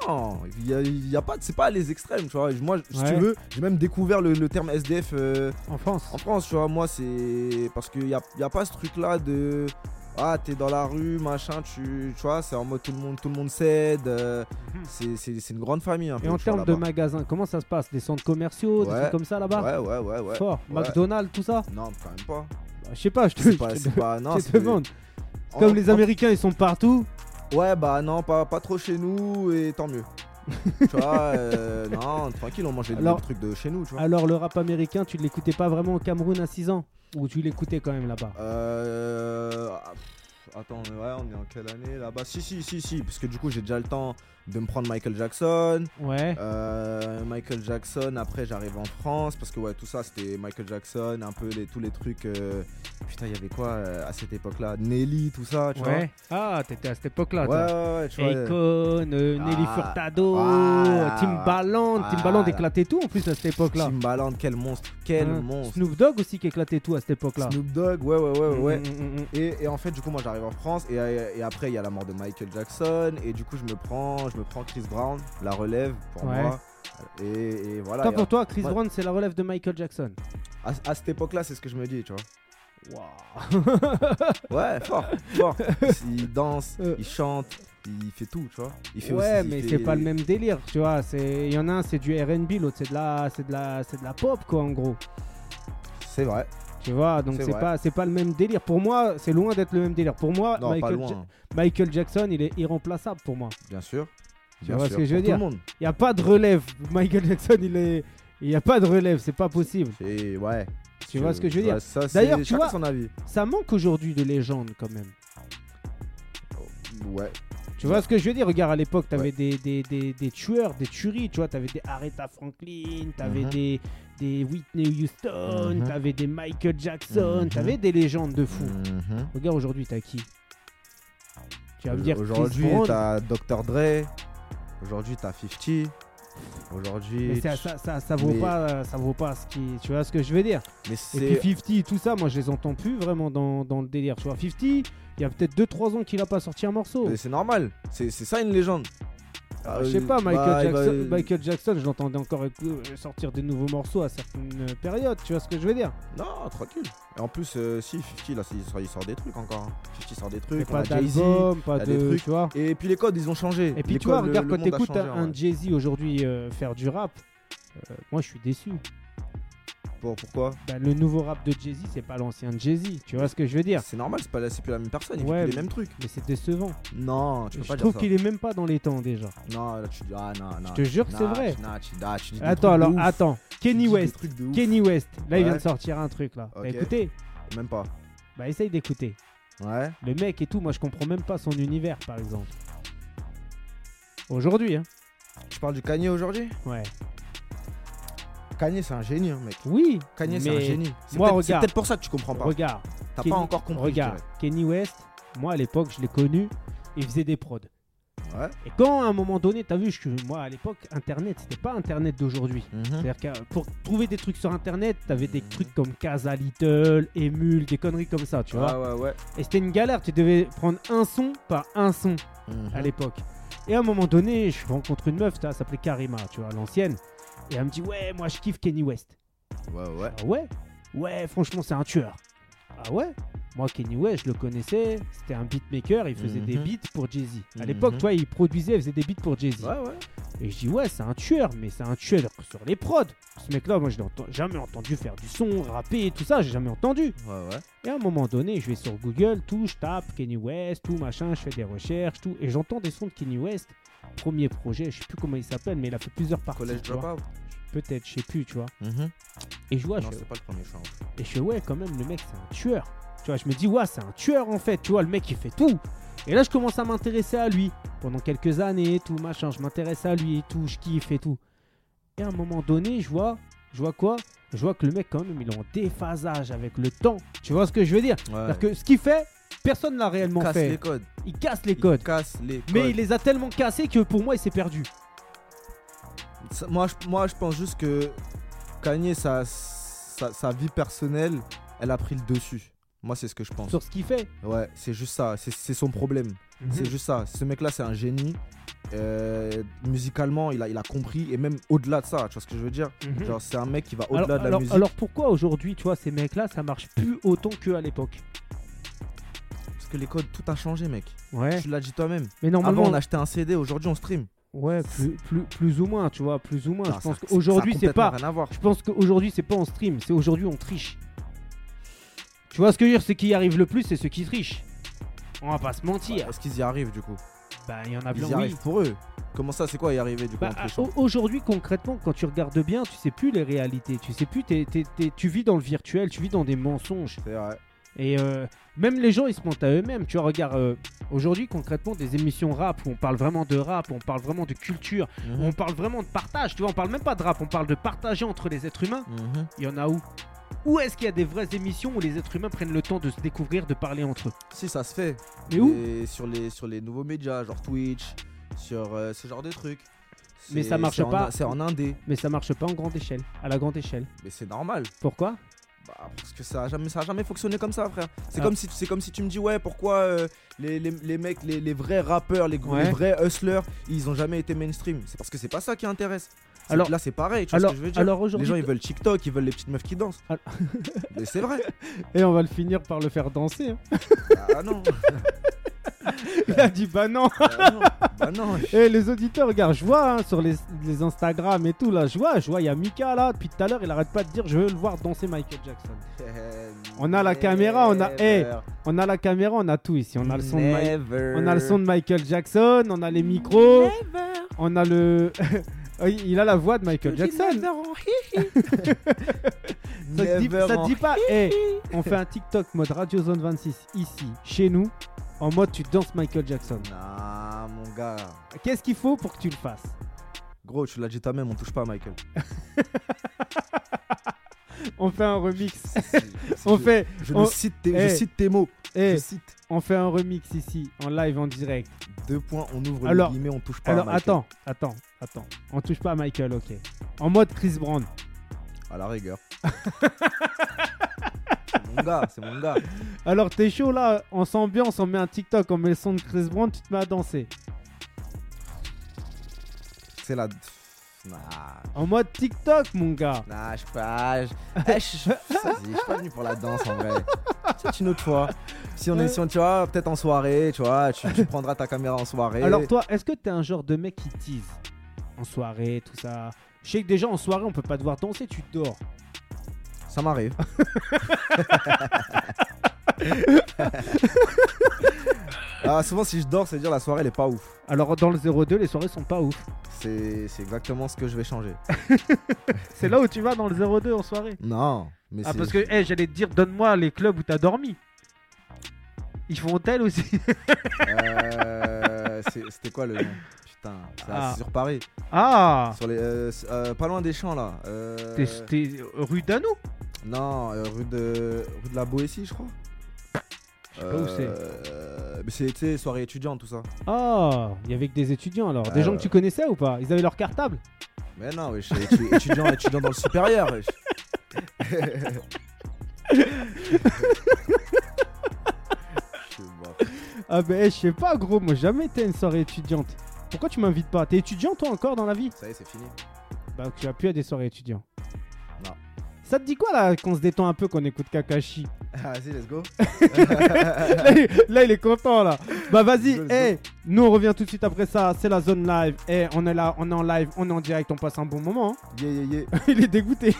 Non, il y a, il y a pas, de- c'est pas les extrêmes, tu vois. Moi, si Ouais. tu veux, j'ai même découvert le, le terme SDF euh, En France en France, tu vois. Moi, c'est parce qu'il y a, y a pas ce truc-là de ah t'es dans la rue, machin, tu, tu vois. C'est en mode tout le monde, tout le monde s'aide. euh, Mhm. c'est, c'est- c'est une grande famille. Un peu, Et en tu vois, termes de là-bas. magasins, comment ça se passe Des centres commerciaux, des Ouais. trucs comme ça là-bas ouais, ouais, ouais, ouais. Fort. McDonald's, tout ça Non, quand même pas. Bah, Je sais pas, je te, C'est pas, je te- c'est pas, non. je te c'est- demande. en- Comme les en- Américains, ils sont partout. Ouais, bah non, pas, pas trop chez nous et tant mieux. tu vois, euh, non, tranquille, on mangeait des Alors- Ah. trucs de chez nous, tu vois. Alors le rap américain, tu ne l'écoutais pas vraiment au Cameroun à 6 ans Ou tu l'écoutais quand même là-bas Euh, ah, pff, Attends, on est- ouais, on est en quelle année là-bas Si, si, si, si, parce que du coup, j'ai déjà le temps de me prendre Michael Jackson. Ouais. Euh, Michael Jackson, après j'arrive en France, parce que ouais, tout ça c'était Michael Jackson, un peu les, tous les trucs. euh, putain, il y avait quoi euh, à cette époque-là Nelly, tout ça, tu ouais. Ah, t'étais à cette époque-là, vois toi. Ouais, ouais, ouais, tu vois. euh, Akon, euh, Nelly Ah, Furtado, voilà, Timbaland. Timbaland voilà. éclatait tout en plus à cette époque-là. Timbaland, quel monstre, quel Hein. monstre. Snoop Dogg aussi qui éclatait tout à cette époque-là. Snoop Dogg, ouais, ouais, ouais, Euh, ouais. Mm, mm, mm, mm. Et, et en fait, du coup, moi j'arrive en France et, et après il y a la mort de Michael Jackson et du coup je me prends, je me prends Chris Brown, la relève pour Ouais. moi. Et, et voilà. Toi, et pour toi, Chris Ouais. Brown, c'est la relève de Michael Jackson. à, à cette époque-là, c'est ce que je me dis, tu vois. Ouais, fort, fort. Il danse, Euh. il chante, il fait tout, tu vois. Il fait ouais, aussi- il mais fait- c'est pas le même délire, tu vois. C'est- Il y en a un, c'est du RB, l'autre, c'est de, la... c'est de, la... c'est de la pop, quoi, en gros. C'est vrai. Tu vois, donc C'est c'est vrai. pas, c'est pas le même délire. Pour moi, c'est loin d'être le même délire. Pour moi, Non, pas Ah, Michael, loin, Ja- Michael Jackson, il est irremplaçable pour moi. bien sûr. Tu Bien vois ce sûr, que je veux pour dire Tout le monde. Il n'y a pas de relève. Michael Jackson, il est. Il n'y a pas de relève, c'est pas possible. Et ouais. Tu vois ce que je veux dire ouais, ça, c'est D'ailleurs, tu chacun vois- son avis. Ça manque aujourd'hui de légende quand même. Ouais. Tu vois ce que je veux dire Regarde, à l'époque, t'avais Ouais. des, des, des, des tueurs, des tueries, tu vois. T'avais des Aretha Franklin, t'avais Mhm. des, des Whitney Houston, Mhm. t'avais des Michael Jackson, Mhm. t'avais des légendes de fou. Mhm. Regarde aujourd'hui, t'as qui Tu vas me dire Chris Euh, Aujourd'hui, Brown, t'as Dr. Dre. Aujourd'hui, t'as 50. Aujourd'hui. mais ça, ça, ça, ça vaut mais- pas, ça vaut pas ce qui, tu vois ce que je veux dire. mais Et c'est. puis 50 et tout ça, moi je les entends plus vraiment dans, dans le délire. Tu vois, 50, il y a peut-être 2-3 ans qu'il a pas sorti un morceau. mais c'est normal. C'est c'est ça une légende. Ah, je sais pas, Michael, Bah, il va- Jackson, Michael Jackson, je l'entendais encore écou- sortir des nouveaux morceaux à certaines périodes, tu vois ce que je veux dire Non, tranquille. Et en plus, euh, si, 50, là, il sort, il sort des trucs encore. hein. 50 sort des Mais trucs, on Pas a Jay-Z. d'album, pas il y a des de. trucs. Tu vois Et puis les codes, ils ont changé. Et puis Les tu vois, codes, le- regarde, le quand monde a t'écoutes changé, un ouais. Jay-Z aujourd'hui euh, faire du rap, euh, moi je suis déçu. Pour- Pourquoi Bah, le nouveau rap de Jay-Z, c'est pas l'ancien Jay-Z, tu vois ce que je veux dire C'est normal, c'est pas la- c'est plus la même personne, il Ouais, fait plus mais- les mêmes trucs. Mais c'est décevant. Non, tu peux Je pas dire trouve ça. qu'il est même pas dans les temps déjà. Non, là, tu dis. Ah, non, non. Je te jure que c'est Non, vrai. tu- non, tu- non, tu dis des Attends, trucs de alors, ouf. attends. Tu dis Kenny des West. trucs de ouf. Kenny West. Là, il vient Ouais. de sortir un truc, là. T'as Ok. écouté Même pas. Bah, essaye d'écouter. Ouais. Le mec et tout, moi, je comprends même pas son univers, par exemple. Aujourd'hui, hein. Tu parles du Kanye aujourd'hui Ouais. Kanye, c'est un génie, hein, mec. Oui. Kanye, c'est un mais génie. C'est moi, peut-être- C'est regarde. peut-être pour ça que tu comprends pas. Regarde. T'as Kenny- pas encore compris. Regarde. Kenny West, moi, à l'époque, je l'ai connu. Il faisait des prods. je dirais. Ouais. Et quand, à un moment donné, t'as vu, je, moi, à l'époque, Internet, c'était pas Internet d'aujourd'hui. Mhm. C'est-à-dire que pour trouver des trucs sur internet, t'avais des Mhm. trucs comme Casa Little, Emule, des conneries comme ça, tu vois. Ah Ouais, ouais, ouais. Et c'était une galère, tu devais prendre un son par un son Mhm. à l'époque. Et à un moment donné, je rencontre une meuf, ça s'appelait Karima, tu vois, à l'ancienne. Et elle me dit, ouais, moi je kiffe Kenny West. Ouais, ouais. Ah ouais Ouais, franchement, c'est un tueur. Ah ouais Moi, Kenny West, je le connaissais, c'était un beatmaker, il faisait des Mhm. beats pour Jay-Z. À Mhm. l'époque, toi, il produisait, il faisait des beats pour Jay-Z. Ouais, ouais. Et je dis ouais c'est un tueur mais c'est un tueur sur les prods. Ce mec là moi je l'ai enten- jamais entendu faire du son, rapper et tout ça, j'ai jamais entendu. Ouais, ouais. Et à un moment donné je vais sur Google, tout, je tape Kenny West, tout machin, je fais des recherches, tout, et j'entends des sons de Kenny West. Premier projet, je sais plus comment il s'appelle, mais il a fait plusieurs parties. Collège tu vois. Dropout. Peut-être, je sais plus, tu vois. Mhm. Et je vois, Ah, je Non, fais- c'est pas le premier choix. en fait. et je fais ouais quand même le mec c'est un tueur. Tu vois, je me dis ouais c'est un tueur en fait, tu vois, le mec il fait tout. Et là je commence à m'intéresser à lui. Pendant quelques années, et tout machin, je m'intéresse à lui et tout, je kiffe et tout. Et à un moment donné, je vois, je vois quoi Je vois que le mec quand même il est en déphasage avec le temps. Tu vois ce que je veux dire Ouais. C'est-à-dire que ce qu'il fait, personne l'a Il réellement casse fait. les codes. Il casse les codes. Il casse les codes. Mais il les a tellement cassés que pour moi il s'est perdu. Ça- moi, je, moi, je pense juste que Kanye, sa, sa, sa vie personnelle, elle a pris le dessus. Moi, c'est ce que je pense. Sur ce qu'il fait. Ouais, c'est juste ça. C'est- C'est son problème. Mm. C'est juste ça. Ce mec-là, c'est un génie. Euh, musicalement, il a, il a compris. Et même au-delà de ça, tu vois ce que je veux dire Mhm. Genre, c'est un mec qui va alors, au-delà de la alors- musique. alors pourquoi aujourd'hui, tu vois, ces mecs-là, ça marche plus autant qu'à l'époque Parce que les codes, tout a changé, mec. Ouais. Tu l'as dit toi-même. Mais Avant, Eh. normalement, on achetait un CD. Aujourd'hui, on stream. ouais, plus, plus, plus ou moins, tu vois, plus ou moins. Non, je ça- pense ça- qu'aujourd'hui, ça a c'est pas. complètement Rien à voir. Je pense qu'aujourd'hui, c'est pas en stream, c'est aujourd'hui, on triche. Tu vois ce que je veux dire Ce qui y arrive le plus, c'est ceux qui trichent. On va pas se mentir. Est-ce qu'ils y arrivent, du coup Bah, il y en a Ils plein, y oui. arrivent pour eux. Comment ça, c'est quoi y arriver, du coup, Bah, en trichant au- aujourd'hui, concrètement, quand tu regardes bien, tu sais plus les réalités. Tu sais plus, t'es- t'es- t'es- tu vis dans le virtuel, tu vis dans des mensonges. C'est vrai. Et euh, même les gens, ils se montent à eux-mêmes. Tu vois, regarde, euh, aujourd'hui, concrètement, des émissions rap où on parle vraiment de rap, où on parle vraiment de culture, où on parle vraiment de partage. Tu vois, on parle même pas de rap, on parle de partager entre les êtres humains. Mhm. Il y en a où Où est-ce qu'il y a des vraies émissions où les êtres humains prennent le temps de se découvrir, de parler entre eux Si ça se fait. Mais où Et sur les sur les nouveaux médias, genre Twitch, sur euh, ce genre de trucs. Mais C'est- ça marche c'est en- pas. C'est en indé, Mais ça marche pas en grande échelle, à la grande échelle. mais c'est normal. Pourquoi Bah, parce que ça a jamais, ça a jamais fonctionné comme ça, frère. C'est Ah. comme si, c'est comme si tu me dis ouais, pourquoi euh, les, les- les mecs, les, les vrais rappeurs, les, Ouais. les vrais hustlers, ils ont jamais été mainstream. C'est parce que c'est pas ça qui intéresse. C'est- Alors- là, c'est pareil. Tu vois Alors, ce que je veux dire alors Les aujourd'hui, Ah. gens, ils veulent TikTok, ils veulent les petites meufs qui dansent. Alors- mais c'est vrai. et on va le finir par le faire danser. hein. Ah non. Il a dit bah non. Ah non. Bah non. Et les auditeurs, regarde, je vois hein, sur les, les Instagram et tout là, je vois, je vois, il y a Mika là depuis tout à l'heure, il arrête pas de dire je veux le voir danser Michael Jackson. On a la caméra, on a- Eh, Never. On a la caméra, on a tout ici, on a le son de Michael. Never. On a le son de Michael Jackson, on a les micros, on a le. il a la voix de Michael Jackson. Ça te dit, Never ça te en- dit pas Eh, On fait un TikTok mode Radio Zone 26 ici, chez nous, en mode tu danses Michael Jackson. Nah, mon gars. Qu'est-ce qu'il faut pour que tu le fasses Gros, tu l'as dit toi-même, on touche pas à Michael. On fait un remix. C'est- c'est- On je- fait, Je, on- ne cite, tes, Eh. je cite tes mots. eh, Je cite. on fait un remix ici, en live, en direct. Deux points, on ouvre Alors- les guillemets, on touche pas Alors à Ah, Michael. attends, attends, attends. On touche pas à Michael, ok. En mode Chris Brown. À la rigueur. c'est mon gars, c'est mon gars. Alors t'es chaud là, on s'ambiance, on met un TikTok, on met le son de Chris Brown, tu te mets à danser. C'est la. Nah. En mode TikTok, mon gars. Nah, Ah, je suis pas. Je eh, je- je- vas-y, je suis pas venu pour la danse en vrai. C'est une autre fois. Si on est, si on, tu vois, peut-être en soirée, tu vois, tu, tu prendras ta caméra en soirée. Alors toi, est-ce que t'es un genre de mec qui tease En soirée, tout ça. Je sais que déjà en soirée, on peut pas te voir danser, tu dors. Ça m'arrive. ah, souvent, si je dors, c'est dire la soirée, elle est pas ouf. Alors dans le 02, les soirées sont pas ouf. C'est c'est exactement ce que je vais changer. C'est là où tu vas dans le 02 en soirée. Non, mais Ah c'est- parce que eh, j'allais te dire, donne-moi les clubs où t'as dormi. Ils font hôtel aussi. euh, c'est- C'était quoi le nom Putain, c'est Ah. c'est sur Paris. Ah Sur les, euh, c'est- euh, pas loin des champs, là. Euh, T'es t'es rue Danou Non, euh, rue, de, rue de la Boétie, je crois. Je pas où c'est. Mais c'est, tu sais, soirée étudiante, tout ça. Ah, il y avait que des étudiants alors. des Ah gens ouais. que tu connaissais ou pas Ils avaient leur cartable Mais non, wesh, étu- étudiant, étudiant dans le supérieur, wesh. Je sais pas. Ah ben eh, je sais pas gros, moi j'ai jamais été à une soirée étudiante. Pourquoi tu m'invites pas T'es étudiant toi encore dans la vie Ça y est, c'est fini. Bah tu as pu à des soirées étudiants. Non. Ça te dit quoi là qu'on se détend un peu, qu'on écoute Kakashi Ah, Vas-y, let's go. là, il- là, il est content là. Bah vas-y, Let's eh, nous on revient tout de suite après ça, c'est la zone live. Eh, on est là, on est en live, on est en direct, on passe un bon moment. hein. Yeah, yeah, yeah. il est dégoûté.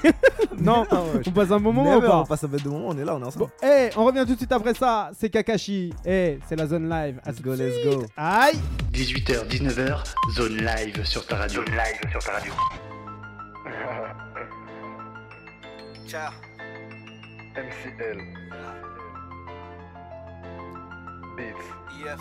non, Non, wesh. on passe un bon moment ou Never, pas On passe un bête de moment, on est là, on est ensemble. Bon, eh, on revient tout de suite après ça, c'est Kakashi. Eh, c'est la zone live. À Let's tout go, de suite. let's go. Aïe 18h, 19h, zone live sur ta radio. Zone live sur ta radio. Ciao. MCL. Beats.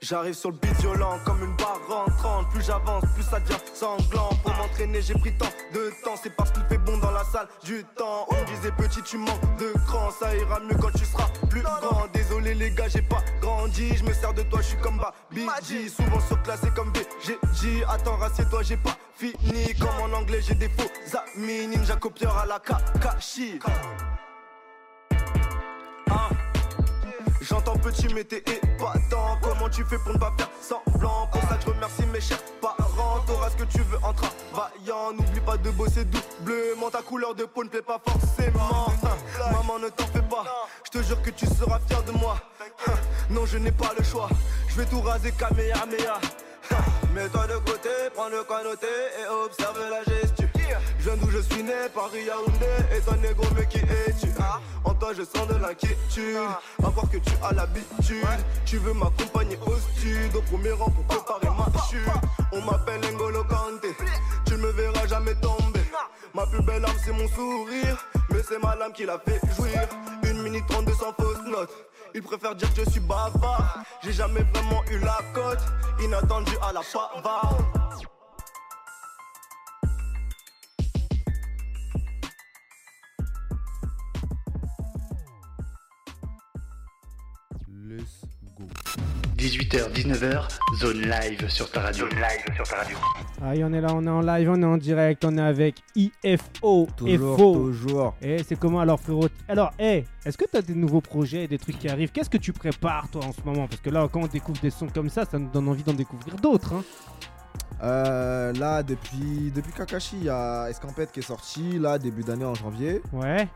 J'arrive sur le beat violent comme une barre rentrante Plus j'avance, plus ça devient sanglant Pour m'entraîner j'ai pris tant de temps C'est parce qu'il fait bon dans la salle du temps On me disait petit tu manques de cran Ça ira mieux quand tu seras plus grand Désolé les gars j'ai pas grandi Je me sers de toi je suis comme Babiji Souvent surclassé comme VGG Attends rassieds-toi j'ai pas fini Comme en anglais j'ai des faux amis Ninja copieur à la Kakashi Hein J'entends petit mais t'es épatant Comment tu fais pour ne pas faire semblant Pour ça je remercie mes chers parents T'auras ce que tu veux en travaillant N'oublie pas de bosser doublement Ta couleur de peau ne plaît pas forcément Hein, Maman ne t'en fais pas Je te jure que tu seras fier de moi Hein, Non je n'ai pas le choix Je vais tout raser Kamehameha Hein, Mets-toi de côté, prends le canoté et observe la gestu Je viens d'où je suis, Guinée, Paris, Yaoundé Et un négro mais qui es-tu hein En toi je sens de l'inquiétude À voir que tu as l'habitude Tu veux m'accompagner au sud Au premier rang pour préparer ma chute On m'appelle N'Golo Kanté Tu me verras jamais tomber Ma plus belle arme c'est mon sourire Mais c'est ma lame qui l'a fait jouir Une minute trente de sans fausse note il préfère dire que je suis bavard J'ai jamais vraiment eu la cote Inattendu à la pavarde Let's go. 18h, 19h, zone live sur ta radio. live sur ta radio. Aïe, on est là, on est en live, on est en direct, on est avec IFO. Toujours, FO. toujours. Eh, c'est comment alors, frérot Alors, eh, est-ce que t'as des nouveaux projets, des trucs qui arrivent Qu'est-ce que tu prépares, toi, en ce moment Parce que là, quand on découvre des sons comme ça, ça nous donne envie d'en découvrir d'autres. Hein. Euh, là, depuis, depuis Kakashi, il y a Escampette qui est sorti, là, début d'année en janvier. Ouais.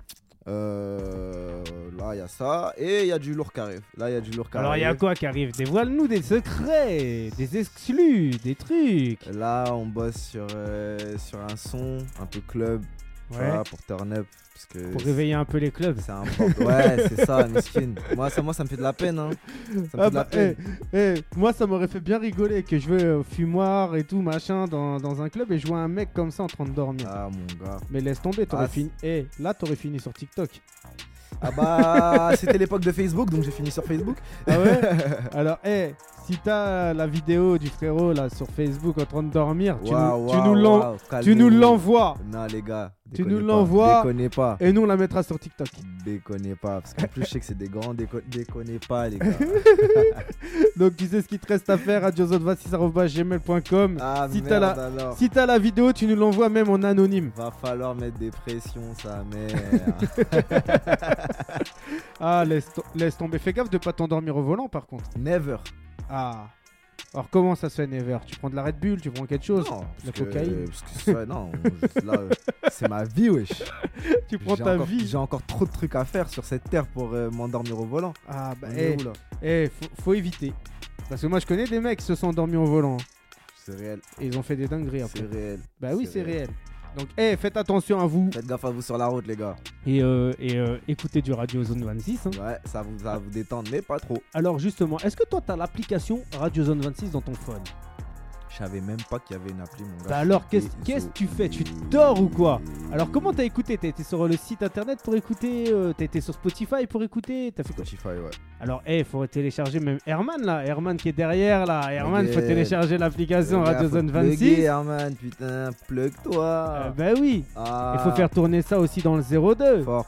Euh, là, il y a ça. Et il y a du lourd qui arrive. Là, il y a du lourd qui Alors, il y a arrive. quoi qui arrive Dévoile-nous des secrets, des exclus, des trucs. Là, on bosse sur, euh, sur un son un peu club, tu Ouais. vois, pour turn up. Parce que Pour c'est- réveiller un peu les clubs. C'est important. Ouais, c'est ça, miskin. Moi ça, moi, ça me fait de la peine. Hein. Ça me Ah fait de la bah, peine. eh, eh, moi ça m'aurait fait bien rigoler que je veux euh, fumoir et tout machin dans, dans un club et je vois un mec comme ça en train de dormir. Ah, mon gars. Mais laisse tomber, t'aurais Ah, fini. eh, là t'aurais fini sur TikTok. Ah, bah, c'était l'époque de Facebook, donc j'ai fini sur Facebook. Ah ouais Alors, eh, si t'as la vidéo du frérot là sur Facebook en train de dormir, tu Waouh, nous- tu waouh, nous l'en- waouh, tu nous calmez-vous. l'envoies Non, les gars. Tu déconnez nous pas, l'envoies. Eh. Déconnez pas. et nous on la mettra sur TikTok. Déconnez pas. Parce qu'en plus, je sais que c'est des grands. déco- Déconnez pas, les gars. Donc tu sais ce qu'il te reste à faire à gmail.com Ah, Si t'as merde, la- alors. Si t'as la vidéo, tu nous l'envoies même en anonyme. Va falloir mettre des pressions, sa mère. Ah, laisse, to- laisse tomber. Fais gaffe de pas t'endormir au volant par contre. Never. Ah. Alors comment ça se fait Never Tu prends de la Red Bull, tu prends quelque chose Non, la parce que- cocaïne. parce que ça, non, je- là, c'est ma vie, wesh. Tu prends J'ai ta encore- vie. J'ai encore trop de trucs à faire sur cette terre pour euh, m'endormir au volant. Ah bah On est eh, où, là eh, faut, faut éviter. Parce que moi je connais des mecs qui se sont endormis au volant hein. C'est réel. et ils ont fait des dingueries C'est après. réel. Bah oui c'est c'est réel. réel. Donc eh, faites attention à vous Faites gaffe à vous sur la route, les gars. et, euh, et, euh, écoutez du Radio Zone 26. hein. Ouais, ça vous, ça va vous détendre, mais pas trop. Alors justement, est-ce que toi t'as l'application Radio Zone 26 dans ton phone Bah, Je savais même pas qu'il y avait une appli, mon gars. Bah alors qu'est-ce qu'est-ce que tu fais Tu dors ou quoi alors comment t'as écouté T'as été sur le site internet pour écouter euh, T'as été sur Spotify pour écouter T'as fait quoi Spotify, ouais. Alors, eh, faut télécharger même Herman là. Herman qui est derrière là. Herman, faut Ok. télécharger l'application Les gars, Radio faut hein. Zone te plugger, 26. Herman, putain, Euh, plug-toi. bah oui. Ah, Il faut faire tourner ça aussi dans le 02. Fort.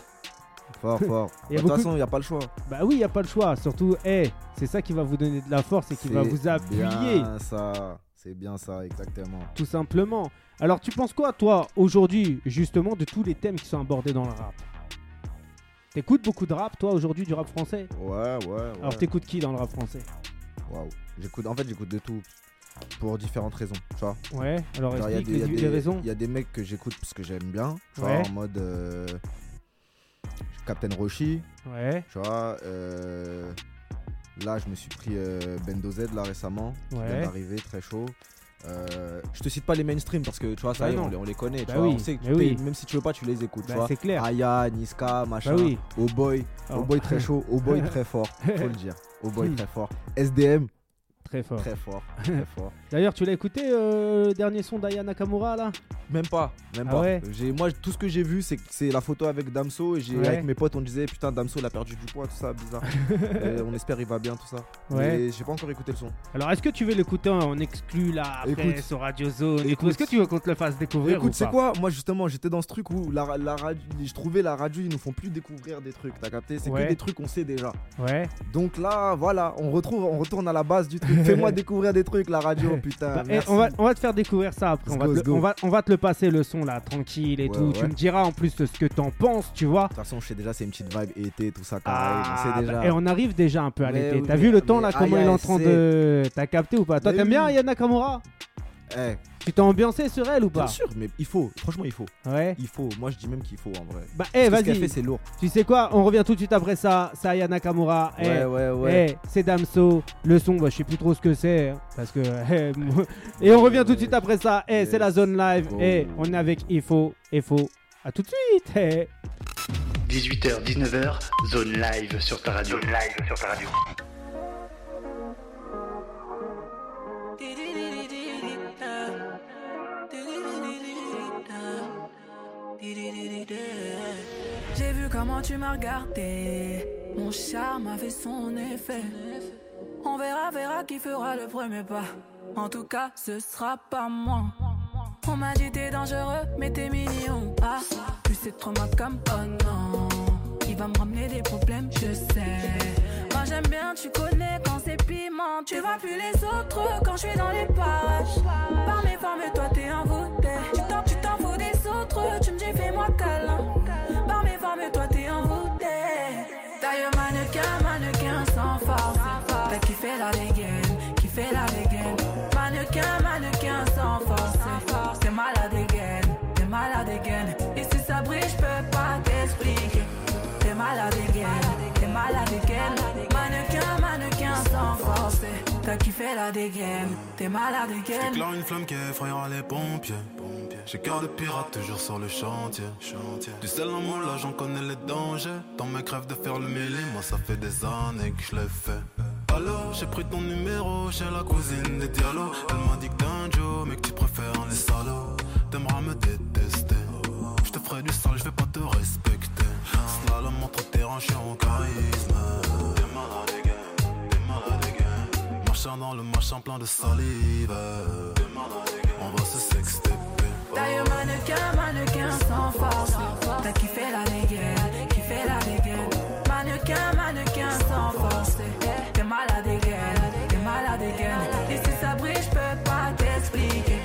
Fort, fort. Il y a de toute beaucoup- façon, il n'y a pas le choix. Bah oui, y a pas le choix. Surtout, eh, c'est ça qui va vous donner de la force et qui va vous appuyer. C'est bien ça. C'est bien ça, exactement. Tout simplement. Alors, tu penses quoi, toi, aujourd'hui, justement, de tous les thèmes qui sont abordés dans le rap T'écoutes beaucoup de rap, toi, aujourd'hui, du rap français Ouais, ouais, ouais. Alors, t'écoutes qui dans le rap français Waouh. J'écoute, en fait, j'écoute de tout. Pour différentes raisons, tu vois. Ouais, alors Genre, Il y, a explique des- il y les, a des- les raisons. il y a des mecs que j'écoute parce que j'aime bien. Tu Ouais. vois, en mode. euh, Captain Roshi, Ouais, tu vois. euh, là, je me suis pris euh, Bendo Z là récemment. qui vient Ouais. d'arriver, très chaud. Euh, je te cite pas les mainstream parce que tu vois, ça Bah y est, on non. les, on les connaît. Bah tu vois, oui, on sait que bah oui. t'es- même si tu veux pas, tu les écoutes. tu bah, vois. c'est clair. Aya, Niska, machin. bah oui. Oh boy, Alors, oh boy très chaud, oh boy très fort, faut le dire. Oh boy très fort. SDM Très fort. très fort, très fort. D'ailleurs, tu l'as écouté euh, le dernier son d'Aya Nakamura là Même pas, même Ah pas. ouais J'ai- moi tout ce que j'ai vu c'est que c'est la photo avec Damso et j'ai Ouais. avec mes potes on disait putain Damso il a perdu du poids tout ça bizarre. Euh, on espère il va bien tout ça. Ouais. Mais j'ai pas encore écouté le son. Alors, est-ce que tu veux l'écouter en exclu là après Écoute. sur Radio Zone et tout Écoute. Est-ce que tu veux qu'on te le fasse découvrir Écoute, ou c'est pas quoi Moi justement, j'étais dans ce truc où la, la radio, je trouvais la radio, ils nous font plus découvrir des trucs, t'as capté C'est Ouais. que des trucs qu'on sait déjà. Ouais. Donc là, voilà, on retrouve, on retourne à la base du truc. Fais-moi découvrir des trucs, la radio, putain. Bah, eh, merci. on, va, on va te faire découvrir ça après. Let's On va, go, te, let's le- go. on va- on va te le passer le son là, tranquille et Ouais, tout. Tu ouais. me diras en plus de ce que t'en penses, tu vois. De toute façon, je sais déjà, c'est une petite vibe été, tout ça, carré, Ah, on sait déjà. bah, et on arrive déjà un peu à Mais l'été. oui, T'as vu le mais- temps là, mais comment Aya, il est en train c'est- de. T'as capté ou pas Toi, Mais t'aimes oui. bien Aya Nakamura Eh, Tu t'es ambiancé sur elle ou bien pas sûr, mais il faut, franchement, il faut. Ouais. Il faut, moi je dis même qu'il faut en vrai. Bah, eh, Parce que Ce qu'elle vas-y. fait, c'est lourd. Tu sais quoi On revient tout de suite après ça. C'est Aya Nakamura. Eh, Ouais, ouais, ouais. Eh, c'est Damso, le son, bah, je sais plus trop ce que c'est, hein, parce que... eh, moi- et on revient tout de suite après ça, Eh, c'est la zone live, Eh, on est avec Ifo, Ifo, à tout de suite. eh. 18h, 19h, zone live sur ta radio. live sur ta radio. J'ai vu comment tu m'as regardé. Mon charme a fait son effet. On verra, verra qui fera le premier pas. En tout cas, ce sera pas moi. On m'a dit t'es dangereux, mais t'es mignon. Ah, plus c'est trop ma comme oh non. Il va me ramener des problèmes, je sais. Moi j'aime bien, tu connais quand c'est piment. Tu vois plus les autres quand je suis dans les parages. Par mes formes, toi t'es envoûté. Tu t'en, tu t'en fous des autres, tu me dis fais-moi câlin. Par mes formes, toi t'es envoûté. Taille mannequin, mannequin sans force. T'as kiffé la dégaine, kiffé la dégaine. Mannequin, mannequin sans force. T'es malade again, t'es malade again. Et si ça brille, je peux pas t'expliquer. T'es malade again, t'es malade again. Mannequin, mannequin sans force. T'as kiffé la dégaine, t'es malade again. J'éclaire une flamme qui effrayera les pompiers. J'ai cœur de pirate toujours sur le chantier. Du sel en moi là j'en connais les dangers. Tant mes crèves de faire le mêlé, moi ça fait des années que je le fais. Alors j'ai pris ton numéro chez la cousine des Diallo. Elle m'a dit que t'es un Joe, mais que tu préfères les salauds. T'aimeras me détester. Je te ferai du sale, je vais pas te respecter. Slalom entre terrain, je suis en charisme. T'es malade, les gars. T'es malade, les gars. Machin dans le machin plein de salive. On va se sexter. Taille mannequin, mannequin sans force. T'as kiffé la dégaine, kiffé la dégaine. Mannequin, mannequin sans force. T'es malade dégaine, t'es malade dégaine. Et si ça brille, je peux pas t'expliquer.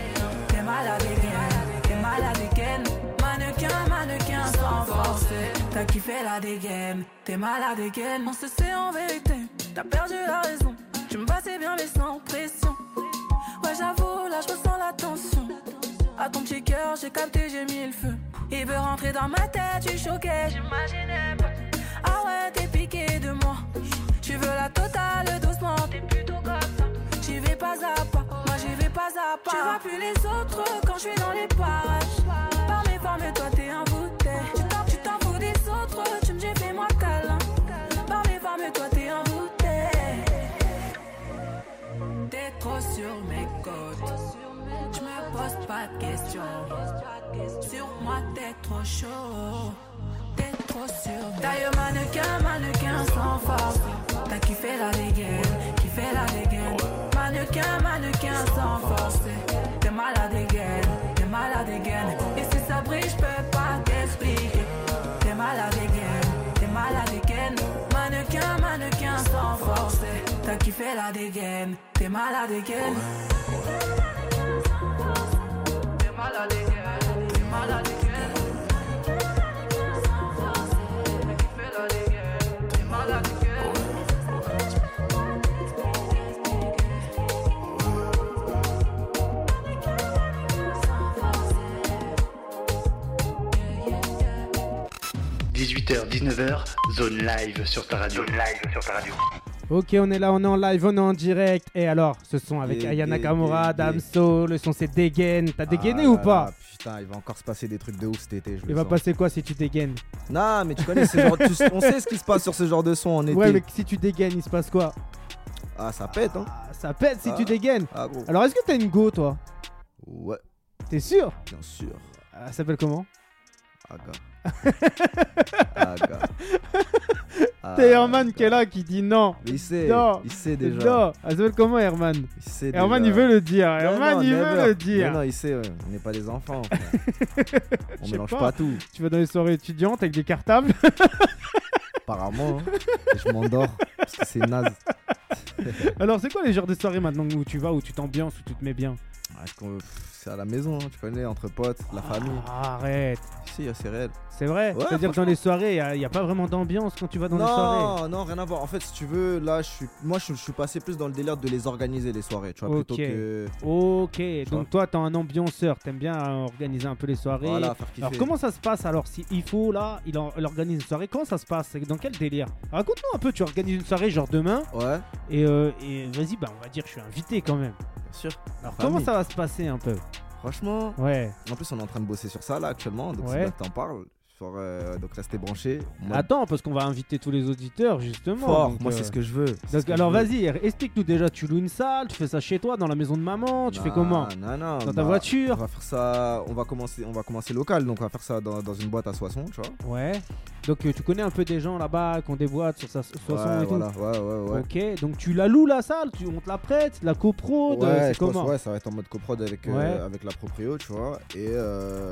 T'es malade dégaine, t'es malade dégaine. Mannequin, mannequin sans force. T'as kiffé la dégaine, t'es malade dégaine. On se sait en vérité, t'as perdu la raison. Tu me passais bien, mais sans pression. Ouais, j'avoue, là, je ressens la tension. À ton petit cœur, j'ai capté, j'ai mis le feu. Il veut rentrer dans ma tête, tu choquais, j'imaginais pas. Ah ouais, t'es piqué de moi. Tu veux la totale doucement, t'es plutôt comme ça. J'y vais pas à pas, moi j'y vais pas à pas. Tu vois plus les autres quand je suis dans les parages. Par mes formes, toi t'es envoûté. Tu t'en- Tu t'en fous des autres, tu me dis fais-moi câlin. Par mes formes, toi t'es envoûté. T'es trop sur mes côtes. Je me pose pas de questions. Sur moi, t'es trop chaud. T'es trop sur mes D'ailleurs, mannequin, mannequin sans force. T'as kiffé la dégaine, kiffé la dégaine. Mannequin, mannequin sans force. T'es malade again, t'es malade again. Et si ça brille, je peux pas t'expliquer. T'es malade again, t'es malade again. Mannequin, mannequin sans force. T'as kiffé la dégaine, t'es malade again. T'es malade again, t'es malade again. T'as kiffé la dégaine, t'es malade again. h 19h, zone live sur ta radio. live sur ta radio. Ok, on est là, on est en live, on est en direct. Et alors, ce son avec Des- Aya des- Nakamura, des- Damso, le son c'est dégaine. T'as Ah dégainé Eh, ou là pas là, Putain, il va encore se passer des trucs de ouf cet été. Je le Il va sens. passer quoi si tu dégaines Non, mais tu connais ce genre. tu- on sait ce qui se passe sur ce genre de son en été. Ouais, mais si tu dégaines, il se passe quoi Ah, ça pète, hein. Ah, Ça pète si Ah. tu dégaines. Ah, gros. Alors, est-ce que t'as une go, toi Ouais, T'es sûr bien sûr. Ah, Elle s'appelle comment Ah, gars. ah, gars. Ah, T'es Herman gars. qui est là, qui dit non. Mais il sait. Non. Il sait déjà. Non, elle s'appelle comment Herman Il sait Herman, déjà. il veut le dire. Non, Herman, non, il never. veut le Non, non, dire. il sait, ouais. on n'est pas des enfants. frère. on sais mélange pas. pas. tout, Tu vas dans les soirées étudiantes avec des cartables. apparemment. hein. Et je m'endors parce que c'est naze. Alors, c'est quoi les genres de soirées maintenant où tu vas, où tu t'ambiances, où tu te mets bien Ah, est-ce qu'on- pff, c'est à la maison, hein, tu connais, entre potes, la famille. Ah, Arrête. Si, euh, c'est réel. C'est vrai. Ouais, C'est-à-dire que dans les soirées, il n'y a, pas vraiment d'ambiance quand tu vas dans les soirées. non, non, rien à voir. En fait, si tu veux, là, je suis, moi, je, je suis passé plus dans le délire de les organiser les soirées, tu vois, Ok. plutôt que Ok, vois donc toi, t'es un ambianceur. T'aimes bien euh, organiser un peu les soirées. voilà, faire kiffer. Alors comment ça se passe alors si Ifo là il, en- il organise une soirée comment ça se passe C'est dans quel délire Raconte-nous un peu tu organises une soirée genre demain Ouais, et, euh, et vas-y bah on va dire je suis invité quand même bien sûr. alors Famille. comment ça va se passer un peu Franchement, Ouais. en plus, on est en train de bosser sur ça là actuellement, donc Ouais. c'est bien que t'en parles. Sur, euh, donc restez branchés. Moi, Attends, parce qu'on va inviter tous les auditeurs, justement. fort, donc, moi euh, c'est ce que je veux. c'est ce donc, que alors je veux. vas-y, explique-nous déjà, tu loues une salle, tu fais ça chez toi, dans la maison de maman, tu fais Non, comment Non, non. Dans ta bah, On voiture va faire ça, on va commencer, on va commencer local, donc on va faire ça dans, dans une boîte à Soissons, tu vois. Ouais. Donc euh, tu connais un peu des gens là-bas qui ont des boîtes sur sa soixante ouais, et tout. voilà, ouais, ouais, ouais. Ok, donc tu la loues la salle, tu, on te la prête, la coprode, Ouais, euh, c'est je pense, comment ouais, ça va être en mode coprod avec, euh, Ouais. avec la proprio, tu vois. Et. Euh,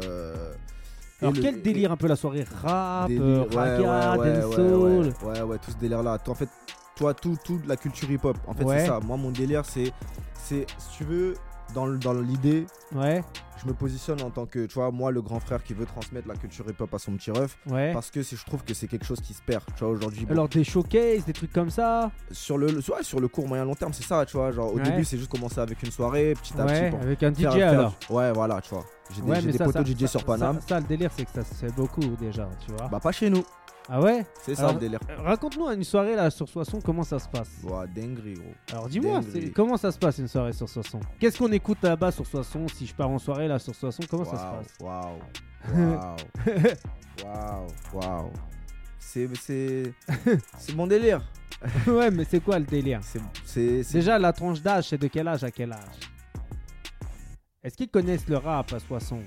et Alors le- quel délire un peu la soirée et- Rap, délire, euh, ouais, raga, ouais, ouais, dancehall. ouais, ouais, ouais, tout ce délire-là. Toi, En fait, toi, tout, tout de la culture hip-hop. En fait, Ouais. c'est ça. Moi, mon délire, c'est, c'est, si tu veux, dans, le- dans l'idée, Ouais, je me positionne en tant que, tu vois, moi, le grand frère qui veut transmettre la culture hip-hop à son petit ref. ouais. Parce que c'est- je trouve que c'est quelque chose qui se perd. Tu vois, aujourd'hui, bon, Alors des showcases, des trucs comme ça. sur, le, le- ouais, sur le court, moyen, long terme, c'est ça, tu vois. Genre, au Ouais. début, c'est juste commencer avec une soirée, petit à petit, Ouais, pour avec un DJ faire- faire- alors. Ouais, voilà, tu vois. J'ai des, Ouais, j'ai mais des ça, poteaux ça- DJ sur ça- Paname. Ça, ça, le délire, c'est que ça se fait beaucoup déjà, tu vois. Bah, pas chez nous. Ah ouais C'est ça Alors- le délire. Euh, Raconte-nous une soirée là sur Soissons, comment ça se passe Ouah, dinguerie, gros. Alors dis-moi, dinguerie. c'est- comment ça se passe une soirée sur Soissons Qu'est-ce qu'on écoute là-bas sur Soissons Si je pars en soirée là sur Soissons, comment ça se Waouh, passe Waouh. Waouh. Waouh. Waouh. C'est. C'est. C'est mon délire. Ouais, mais c'est quoi le délire C'est. C'est. c'est- Déjà, la tranche d'âge, c'est de quel âge à quel âge Est-ce qu'ils connaissent le rap à Soissons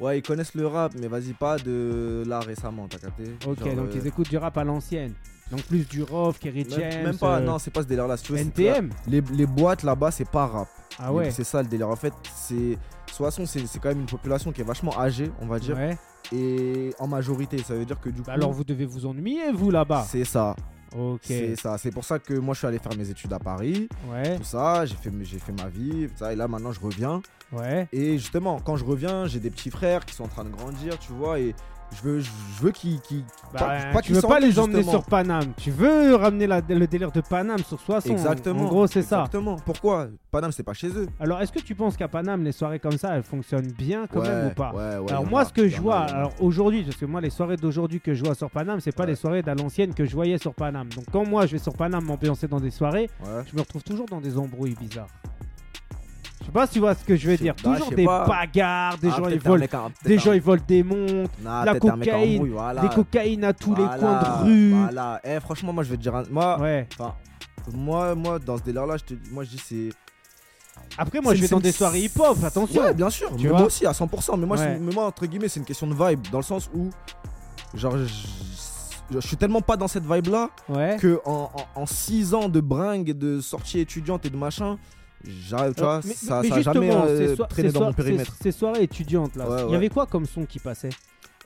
Ouais, ils connaissent le rap, mais vas-y, pas de là récemment, t'as capté Ok, Genre, donc euh, ils écoutent du rap à l'ancienne. Donc plus du Rof, Kerry même- James. Même pas, euh, non, c'est pas ce délire-là. si tu veux, c'est que là, NTM Les, les boîtes là-bas, c'est pas rap. Ah Les- ouais C'est ça le délire. En fait, c'est. Soissons, c'est c'est quand même une population qui est vachement âgée, on va dire. Ouais. Et en majorité, ça veut dire que du coup. Bah alors vous devez vous ennuyer, vous là-bas. C'est ça. Ok. C'est ça. C'est pour ça que moi, je suis allé faire mes études à Paris. Ouais, Tout ça, j'ai fait, j'ai fait ma vie. tout Ça, et là, maintenant, je reviens. ouais. Et justement, quand je reviens, j'ai des petits frères qui sont en train de grandir, tu vois. Et je veux, je veux qu'ils. qu'ils- Bah, pas- pas tu qu'ils veux pas s'ennuient, les emmener justement. sur Paname. Tu veux ramener la- le délire de Paname sur Soissons. Exactement. En gros, c'est ça. Exactement. Pourquoi Paname, c'est pas chez eux. Alors, est-ce que tu penses qu'à Paname, les soirées comme ça, elles fonctionnent bien quand Ouais, même ou pas ouais, ouais, Alors y en moi a, ce que y je en a, vois, y en a. alors aujourd'hui, parce que moi les soirées d'aujourd'hui que je vois sur Paname, c'est pas Ouais. les soirées d'à l'ancienne que je voyais sur Paname. Donc quand moi je vais sur Paname m'ambiancer dans des soirées, Ouais. je me retrouve toujours dans des embrouilles bizarres. Je sais pas si tu vois ce que je veux Je sais dire. pas, toujours je sais des pas. bagarres, des Ah, gens ils peut-être un volent, mec en- peut-être des un- gens ils volent des montres, Non, la peut-être un mec en cocaïne, embrouille, voilà. des cocaïnes à tous les Voilà, coins de rue. Voilà. Eh, franchement, moi, je vais te dire. un- Moi, Ouais. enfin, moi, moi, dans ce délire-là, je te, moi, je dis c'est. Après moi c'est- je vais c'est- dans des soirées hip-hop, attention. Ouais, bien sûr. Tu mais vois moi aussi, à 100%. Mais moi, Ouais. c'est- mais moi, entre guillemets, c'est une question de vibe. Dans le sens où, genre, je, je suis tellement pas dans cette vibe-là Ouais. que en, 6 ans de bringue, et de sorties étudiantes et de machin, j'arrive, tu vois, Alors, Euh, mais- ça, mais ça a jamais justement, euh, ces so- traîné ces dans mon so- ces- périmètre. Ces soirées étudiantes là, Ouais, il y ouais. avait quoi comme son qui passait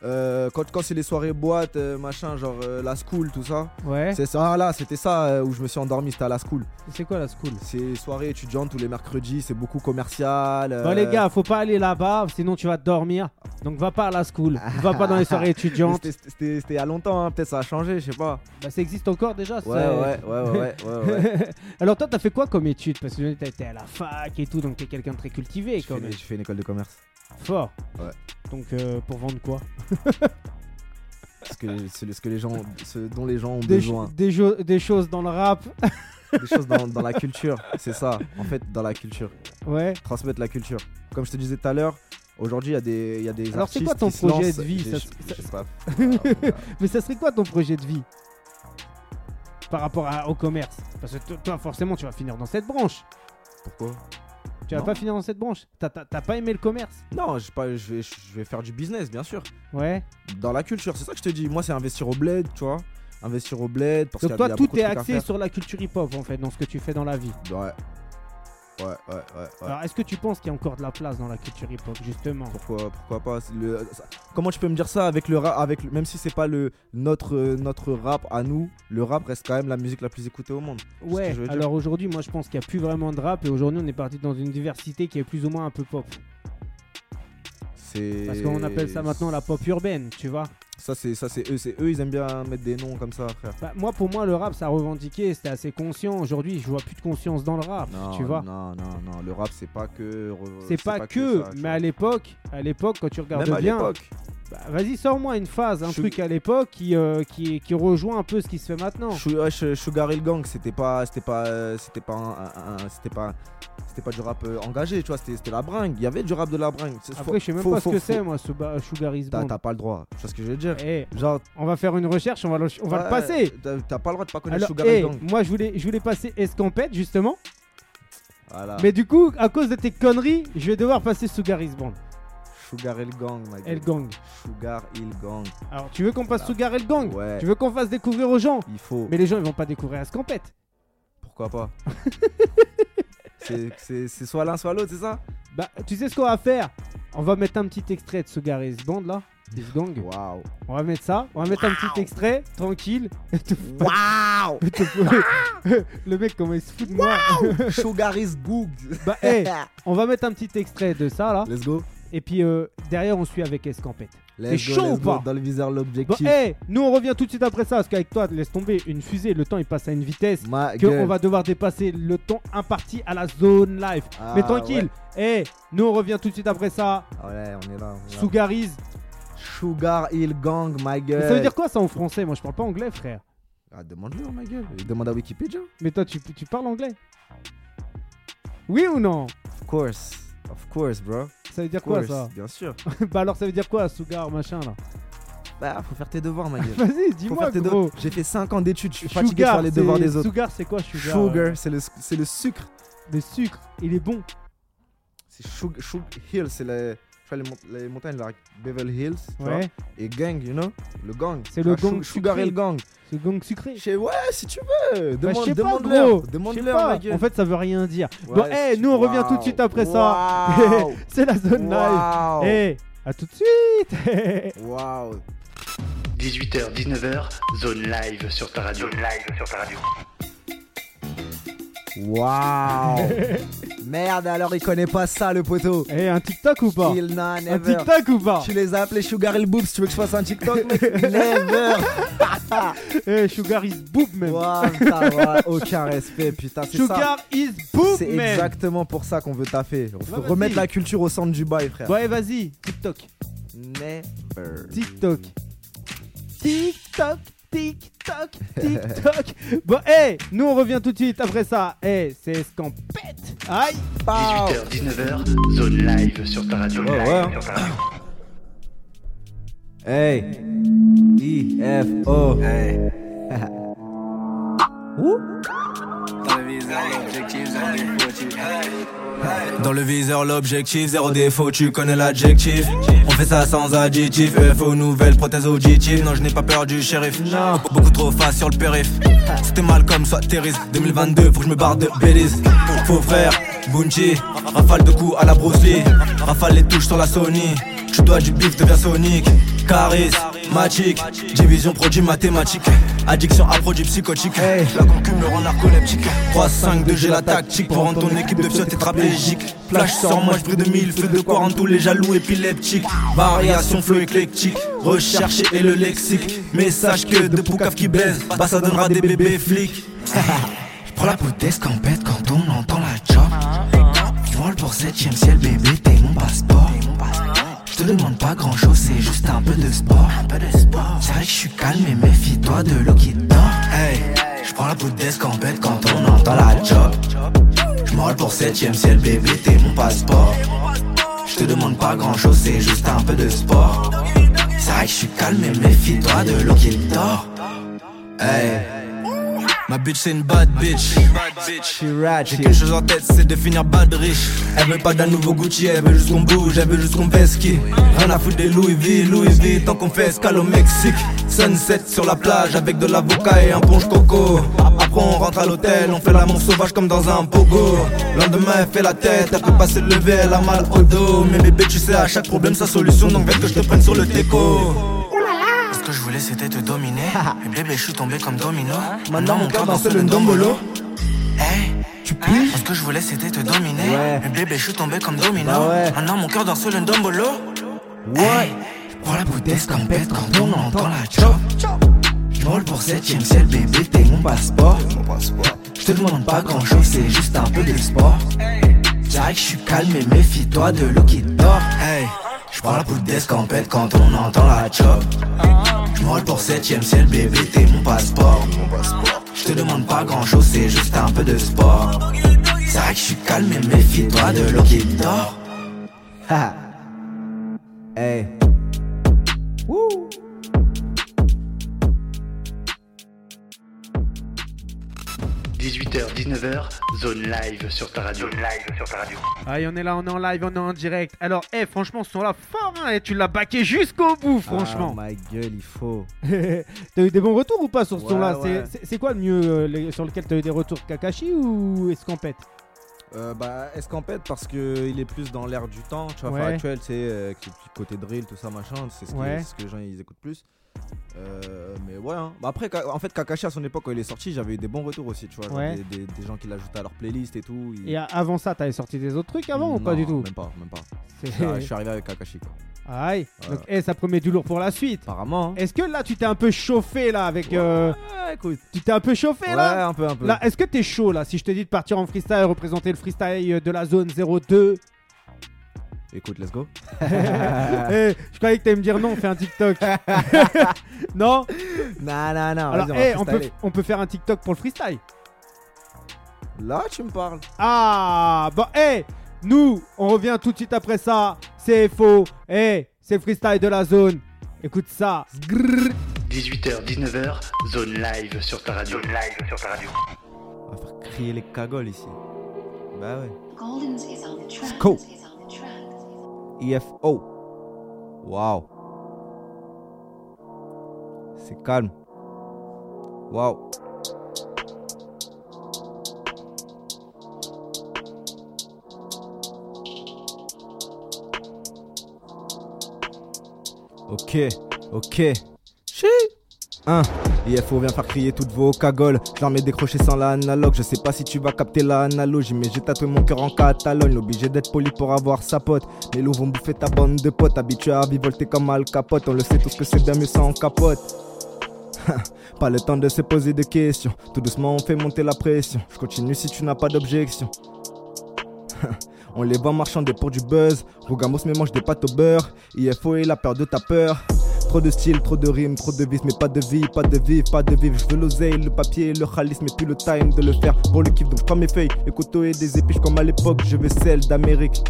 Euh, quand quand c'est les soirées boîtes, euh, machin, genre euh, la school, tout ça. Ouais. C'est ça, là, c'était ça euh, où je me suis endormi, c'était à la school. C'est quoi la school C'est soirée étudiante tous les mercredis, c'est beaucoup commercial. euh, Bon les gars, faut pas aller là-bas, sinon tu vas dormir. Donc va pas à la school, va pas dans les soirées mais étudiantes. c'était- C'était c'était- c'était il y a longtemps, hein, peut-être ça a changé, je sais pas. Bah, ça existe encore déjà. Ouais, ça- ouais, ouais, ouais, ouais, ouais. ouais. Alors toi, t'as fait quoi comme études Parce que t'étais à la fac et tout, donc t'es quelqu'un de très cultivé J'ai fait, quand une- même. j'ai fait une école de commerce. Fort. Ouais. Donc euh, pour vendre quoi Parce que c'est ce que les gens, ont- ce dont les gens ont des, besoin. des jo- des choses dans le rap. Des choses dans, dans la culture, c'est ça. En fait, dans la culture, ouais. transmettre la culture. Comme je te disais tout à l'heure. Aujourd'hui, il y a des, il y a des Alors, c'est artistes quoi ton qui se projet lancent. de vie, J'ai- ça- j'ai- ça- j'ai pas- voilà, voilà. Mais ça serait quoi ton projet de vie par rapport à- au commerce Parce que to- toi, forcément, tu vas finir dans cette branche. Pourquoi Tu vas Non. pas finir dans cette branche. T'as- T'as t'as pas aimé le commerce Non, je, pas, je, vais, je vais faire du business, bien sûr. Ouais. Dans la culture, c'est ça que je te dis. Moi, c'est investir au bled, tu vois. Investir au bled. Parce qu'il y Donc a- il y toi, a tout beaucoup de est trucs à axé faire. sur la culture hip-hop en fait, dans ce que tu fais dans la vie. Ouais. Ouais, ouais, ouais. ouais. Alors, est-ce que tu penses qu'il y a encore de la place dans la culture hip-hop, justement Pourquoi, pourquoi pas c'est le- ça- Comment tu peux me dire ça avec le rap avec, le- Même si c'est pas le, notre, euh, notre rap à nous, le rap reste quand même la musique la plus écoutée au monde. ce que Ouais, je veux dire. alors aujourd'hui, moi je pense qu'il n'y a plus vraiment de rap et aujourd'hui on est parti dans une diversité qui est plus ou moins un peu pop. C'est. Parce qu'on appelle ça maintenant la pop urbaine, tu vois. Ça, c'est ça, c'est eux. C'est eux, ils aiment bien mettre des noms comme ça, frère. Bah, moi pour moi, le rap ça revendiqué, c'était assez conscient. Aujourd'hui, je vois plus de conscience dans le rap, Non, tu vois. Non, non, non. Le rap, c'est Euh, pas que. re- C'est pas, que, ça, tu mais vois. à l'époque, à l'époque quand tu regardes Même à bien, l'époque. Bah, Vas-y, sors-moi une phase, un Je- truc à l'époque qui, euh, qui, qui rejoint un peu ce qui se fait maintenant. Shu- ouais, Sh- Sugar Hill Gang, c'était pas, c'était pas, euh, c'était pas, un- un- un- c'était pas, c'était pas du rap euh, engagé, tu vois, c'était, c'était la bringue. Il y avait du rap de la bringue. C'est- faut- Après, je sais même faut- pas faut- ce que faut- c'est, moi, ce ba- Sugar is T'as, Bond. t'as pas le droit. Tu vois ce que je veux dire Eh, Genre, on va faire une recherche, on va le, on va le ouais, passer. T'as, t'as pas le droit de pas connaître Alors, Sugar eh, Hill Gang. moi, je voulais, je voulais passer Escampette, justement. Voilà. Mais du coup, à cause de tes conneries, je vais devoir passer Sugar is Bond. Sugar Hill Gang, my El guy. Gang. Sugar Hill Gang. Alors, tu veux qu'on passe Voilà. Sugar El Gang Ouais. Tu veux qu'on fasse découvrir aux gens Il faut. Mais les gens, ils vont pas découvrir Escampette. Pourquoi pas c'est, c'est, c'est soit l'un, soit l'autre, c'est ça Bah, tu sais ce qu'on va faire On va mettre un petit extrait de Sugar is Bond, là. Is Gang. Waouh. On va mettre ça, on va mettre un petit extrait, tranquille. Waouh le mec, comment il se fout de moi Sugar is Boog. Bah, hey, on va mettre un petit extrait de ça là, Let's go. et puis euh, derrière on suit avec Escampette. Let's T'es go, chaud let's ou go. pas Dans le viseur, Bah, l'objectif. hey, nous on revient tout de suite après ça, parce qu'avec toi, laisse tomber une fusée, le temps il passe à une vitesse. Ma Que gueule. on va devoir dépasser le temps imparti à la zone live. Ah, Mais tranquille, hey, nous on revient tout de suite après ça. Ouais, on est là. on est là. Sugarise. Sugar Hill Gang, my gueule. Mais ça veut dire quoi ça en français Moi je parle pas anglais, frère. Ah, demande-le, ma gueule. Demande à Wikipédia. Mais toi tu, tu parles anglais Oui ou non Of course. Of course, bro. Of Ça veut dire quoi course. ça Bien sûr. Bah alors ça veut dire quoi, Sugar machin là Bah, faut faire tes devoirs, ma gueule. Vas-y, faut dis-moi faire tes gros. devoirs. J'ai fait 5 ans d'études, je suis Sugar, fatigué de faire les c'est- devoirs des autres. Sugar, c'est quoi sugar Sugar, euh, c'est le, c'est le sucre. Le sucre, il est bon. C'est Sugar, Hill, c'est les, je crois, les, mon- les montagnes, là, Beverly Hills. tu vois. Ouais. Et gang, you know Le gang. C'est le Ah, Su- gang Sugar sucré. Hill Gang. Ce gang sucré. Je sais- ouais, si tu veux. Bah, je Demande- sais pas, Demande-leur. gros. Je sais Demande-leur, pas. ma gueule. En fait, ça veut rien dire. bon, Ouais, eh, si- nous, on revient tout de Waouh. suite après ça. Waouh. C'est la zone live. Waouh. Eh, à tout de suite. Waouh. 18h, 19h, zone live sur ta radio. Zone live sur ta radio. Waouh. Merde, alors il connaît pas ça, le poteau. Eh, un TikTok ou pas Il n'a Un never. TikTok ou pas Tu les as appelés Sugar Hill Boobs, tu veux que je fasse un TikTok, mec Never Eh, Sugar is boob, même. Waouh, putain, voilà, aucun respect, putain, c'est ça. Sugar is boob, C'est même. exactement pour ça qu'on veut taffer. On Ouais, faut vas-y. remettre la culture au centre du bail, frère. Ouais, vas-y, TikTok. Never. TikTok. TikTok, TikTok, TikTok. bon, hey, nous on revient tout de suite après ça. Hey, c'est ce qu'on pète. Aïe. Pow. 18h, 19h, zone live sur ta radio. Ouais, Live ouais. sur ta radio. Hey. E I F O. Dans le viseur, l'objectif, zéro défaut, tu connais l'adjectif. On fait ça sans additif, faux nouvelle prothèse auditive. Non, je n'ai pas peur du shérif. Be- Beaucoup trop face sur le périph. C'était mal comme soit Terris. 2022, faut que je me barre de Belize. Faux frère, Bunchi. Rafale de coups à la Bruce Lee. Rafale les touches sur la Sony. Je dois du bif, deviens Sonic. Caris, Magic. Division produit mathématique. Addiction à produit psychotique. Hey. La concu me rend narcoleptique. 3-5, 2G la tactique pour rendre ton équipe de fiot tétraplégique. Flash sur moi, je brille de mille feux de quoi rendre tous les jaloux épileptiques. Variation, flow éclectique, recherché et le lexique. Message que de poucave qui baise, bah ça donnera des bébés flics. Je prends la potesse qu'on pète quand on entend la chop. Je vole pour 7ème ciel, bébé, t'es mon passeport. Je te demande pas grand chose, c'est juste un peu de sport. C'est vrai que je suis calme, mais méfie-toi de l'eau qui dort. Hey, je prends la potesse qu'on pète quand on entend la chop. Je m'envole pour 7ème ciel, bébé, t'es mon passeport. Je te demande pas grand chose, c'est juste un peu de sport. C'est vrai que je suis calme, mais méfie-toi de l'eau qui dort. Hey. Ma bitch c'est une bad bitch J'ai quelque chose en tête c'est de finir bad riche Elle veut pas d'un nouveau Gucci Elle veut juste qu'on bouge Elle veut juste qu'on pesquille Rien à foutre des Louis V Louis V tant qu'on fait escale au Mexique Sunset sur la plage Avec de l'avocat et un ponche coco Après on rentre à l'hôtel On fait l'amour sauvage comme dans un pogo Lendemain elle fait la tête Elle peut pas se lever Elle a mal au dos Mais bébé tu sais à chaque problème sa solution Donc viens que je te prenne sur le déco ce que je voulais c'était te dominer Mais bébé je suis tombé comme domino Maintenant mon cœur danse le dombolo Hey tu piges Ce que je voulais c'était te dominer Ouais. Mais bébé je suis tombé comme domino Bah ouais. Maintenant mon cœur danse le dombolo Ouais. Je prends la bouteille comme pète quand on entend la chop Je vole pour septième ciel bébé t'es mon passeport Je te demande pas grand chose c'est juste un peu de sport J'arrive, je suis calme et méfie-toi de l'eau qui dort. Hey, je Je prends la poule d'escampette quand on entend la chop. Je m'envole pour 7ème ciel, bébé, t'es mon passeport. Je te demande pas grand chose, c'est juste un peu de sport. C'est vrai que je suis calme, mais méfie-toi de l'eau qui dort. Ha. Hey. h 19h, zone live sur ta radio. live sur ta radio. Allez, on est là, on est en live, on est en direct. Alors, eh, franchement, ce son-là, fort, hein, et tu l'as baqué jusqu'au bout, franchement. Ah, ma gueule, il faut. Ah, t'as eu des bons retours ou pas sur ce Ouais, son-là ouais. C'est- c'est- C'est quoi le mieux euh, les- sur lequel t'as eu des retours Kakashi ou Escampette Euh, bah, Escampette parce que il est plus dans l'air du temps, tu vois, Ouais. enfin, actuel, c'est euh, avec le petit côté drill, tout ça, machin, c'est ce, qui- Ouais. c'est ce que les gens ils écoutent plus. Euh, mais ouais, hein. Bah après, Ka- en fait, Kakashi à son époque quand il est sorti, j'avais eu des bons retours aussi, tu vois, genre Ouais. des, des- des gens qui l'ajoutaient à leur playlist et tout. ils- Et a- avant ça, t'avais sorti des autres trucs avant ou pas Non, du tout Même pas, même pas. Bah, C'est- Je suis arrivé avec Kakashi, quoi. Aïe. Voilà. Donc, eh, ça promet du lourd pour la suite. Apparemment. hein. Est-ce que là, tu t'es un peu chauffé là avec. euh, Ouais, écoute. Tu t'es un peu chauffé Ouais, là un peu, un peu. Là, est-ce que t'es chaud là Si je te dis de partir en freestyle, représenter le freestyle de la zone 02, Écoute, let's go. Eh, je croyais que t'allais me dire non, on fait un TikTok. non Non, non, non. Alors, Ah, vas-y, eh, on on, va peut, freestyler. on peut faire un TikTok pour le freestyle. Là, tu me parles. Ah, bon, eh, nous, on revient tout de suite après ça. C'est faux. Eh, c'est le freestyle de la zone. Écoute ça. 18h, 19h, zone live sur ta radio. live sur ta radio. On va faire crier les cagoles ici. Bah ouais. Golden's is on the track. go. Is on the track. IFO. Waouh. C'est calme. Waouh. Ok, ok. Chi. Hein. IFO vient faire crier toutes vos cagoles. Je leur mets décroché sans l'analogue. Je sais pas si tu vas capter l'analogie, mais j'ai tatoué mon cœur en Catalogne. Obligé d'être poli pour avoir sa pote. Les loups vont bouffer ta bande de potes. Habitués à vivolter comme Al Capote. On le sait tous que c'est bien mieux sans capote. Pas le temps de se poser de questions. Tout doucement, on fait monter la pression. Je continue si tu n'as pas d'objection. on les voit marchander pour du buzz. Rougamos mais mange des pâtes au beurre. IFO et la peur de ta peur. Trop de style, trop de rimes, trop de vis, mais pas de vie, pas de vie, pas de vivre. Je veux l'oseille, le papier, le khalis, mais plus le time de le faire pour le kiff. Donc, je prends mes feuilles, les couteaux et des épices comme à l'époque. Je veux celle d'Amérique.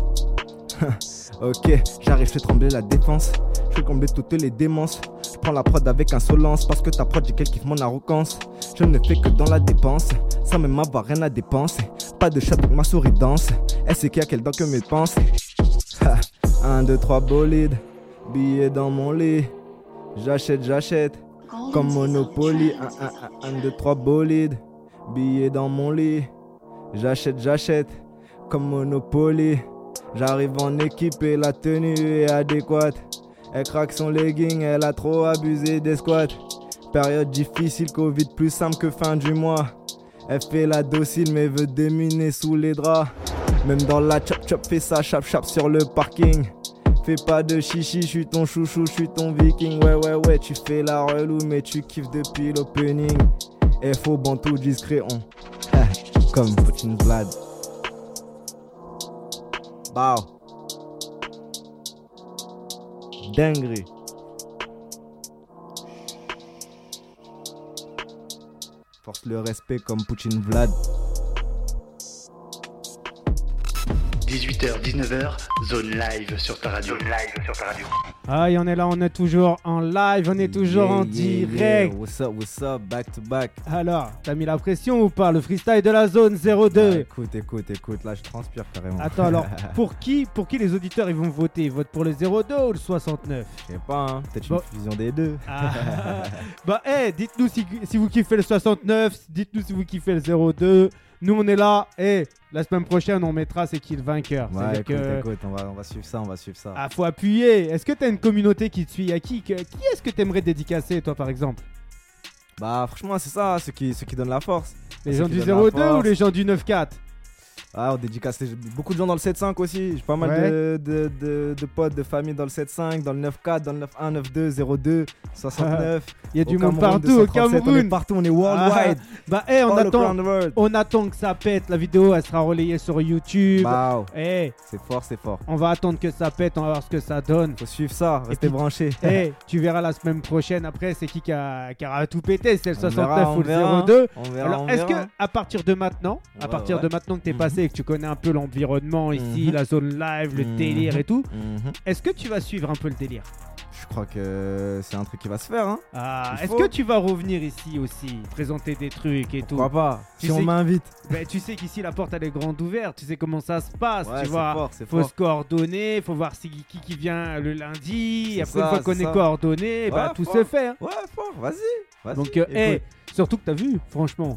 ok, j'arrive, je fais trembler la défense. Je fais combler toutes les démences. Je prends la prod avec insolence parce que ta prod, j'ai qu'elle kiffe mon arrogance. Je ne fais que dans la dépense, sans même avoir rien à dépenser. Pas de chat, donc ma souris danse. Elle sait qu'il y a qu'elle dans que mes pensées. 1, 2, 3 bolides, billets dans mon lit. J'achète, j'achète. Golden's Comme is on the Monopoly, track. Is on the 1, track. 2, 3 bolides, billets dans mon lit. J'achète, j'achète, comme Monopoly. J'arrive en équipe et la tenue est adéquate. Elle craque son legging, elle a trop abusé des squats. Période difficile, Covid plus simple que fin du mois. Elle fait la docile mais veut déminer sous les draps. Même dans la chop chop, fait sa chap chap sur le parking. Fais pas de chichi, je suis ton chouchou, je suis ton viking. Ouais, ouais, ouais, tu fais la relou, mais tu kiffes depuis l'opening. FO Bantou discret, on. Eh, Comme Poutine Vlad. Bah. Dinguerie. Force le respect comme Poutine Vlad. 18h, 19h, zone live sur ta radio. live sur ta radio. Aïe, on est là, on est toujours en live, on est toujours Yeah, en yeah, direct. yeah. What's up, what's up, back to back. Alors, t'as mis la pression ou pas Le freestyle de la zone 02. Ah, écoute, écoute, écoute, là je transpire carrément. Attends, alors, pour qui, pour qui les auditeurs ils vont voter Ils votent pour le 02 ou le 69 Je sais pas, hein. peut-être Bon. une fusion des deux. Ah. Bah, eh, dites-nous si, si vous kiffez le 69, dites-nous si vous kiffez le 02. Nous, on est là, et la semaine prochaine, on mettra c'est qui le vainqueur. Ouais, C'est-à-dire écoute, que. écoute, on va, on va suivre ça, on va suivre ça. Ah, faut appuyer. Est-ce que t'as une communauté qui te suit À qui que- Qui est-ce que t'aimerais dédicacer, toi, par exemple Bah franchement, c'est ça, ce qui, ce qui donne la force. Les Ceux gens qui du donnent la 02 ou force. les gens du 94 Ah, on dédicace les- beaucoup de gens dans le 7-5 aussi. J'ai pas mal Ouais. de, de, de, de potes, de familles dans le 7-5, dans le 9-4, dans le 9-1, 9-2, 02, 69. Il y a au Ah. du monde Cameroun, partout au 237. On est Cameroun. partout, on est worldwide. Bah, eh, on all attend. around the world. On attend que ça pète. La vidéo, elle sera relayée sur YouTube. Wow, Eh, Bah, oh, c'est fort, c'est fort. on va attendre que ça pète. On va voir ce que ça donne. Faut suivre ça, restez puis- branchés. Eh, tu verras la semaine prochaine. Après, c'est qui qui a, qui a tout pété C'est le On verra, 69 on ou verra, le 02 On verra, on Alors, est-ce que verra. à partir de maintenant, à Ouais, partir ouais. de maintenant que t'es passé et que tu connais un peu l'environnement ici, Mhm. la zone live, le Mhm. délire et tout, Mhm. est-ce que tu vas suivre un peu le délire Je crois que c'est un truc qui va se faire, hein. Ah, Il est-ce faut. que tu vas revenir ici aussi, présenter des trucs et tout Pourquoi pas Tu Si on sais- m'invite. Ben, Tu sais qu'ici la porte elle est grande ouverte, tu sais comment ça se passe, Ouais, Ah, tu c'est vois. fort, c'est Faut fort. se coordonner, faut voir si, qui, qui vient le lundi. C'est Et après, une ça, fois qu'on c'est est ça. coordonné, bah, Ouais, tout faut. se fait. hein. Ouais, fort, vas-y. vas-y, Donc, euh, écoute. hey, surtout que t'as vu, franchement,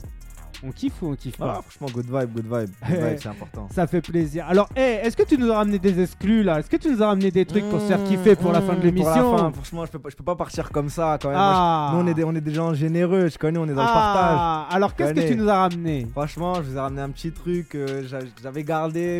on kiffe ou on kiffe pas Voilà, franchement, good vibe, good vibe. Good vibe, c'est important. Ça fait plaisir. Alors, hey, est-ce que tu nous as ramené des exclus là Est-ce que tu nous as ramené des trucs pour se faire kiffer pour la fin de Mmh, pour la fin, l'émission Franchement, je peux, pas- je peux pas partir comme ça quand même. Moi, Ah je- nous, on est, des, on est des gens généreux, je connais, on est dans le partage. Ah, alors qu'est-ce que Allez. tu nous as ramené Franchement, je vous ai ramené un petit truc euh, j'a- j'avais gardé.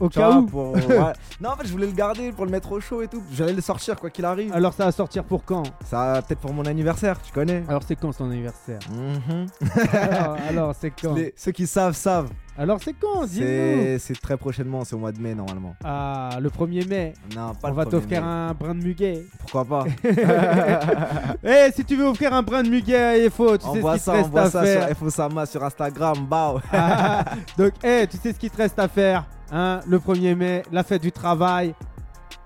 Au tu cas vois, où pour- ouais. Non, en fait, je voulais le garder pour le mettre au chaud et tout. J'allais le sortir quoi qu'il arrive. Alors, ça va sortir pour quand Ça, peut-être pour mon anniversaire, tu connais. Alors, c'est quand ton anniversaire Mhm. Alors, alors, c'est quand Les- ceux qui savent, savent. Alors, c'est quand Dis-nous C'est c'est très prochainement, c'est au mois de mai normalement. Ah, le 1er mai. Non, pas On le va 1er t'offrir mai. un brin de muguet. Pourquoi pas Eh, si tu veux offrir un brin de muguet à EFO, tu sais ce On qu'il voit te ça, on reste à voit ça faire. sur FOSAMA, sur Instagram, bao. Ah, donc, eh, tu sais ce qu'il te reste à faire. Hein, le 1er mai, la fête du travail.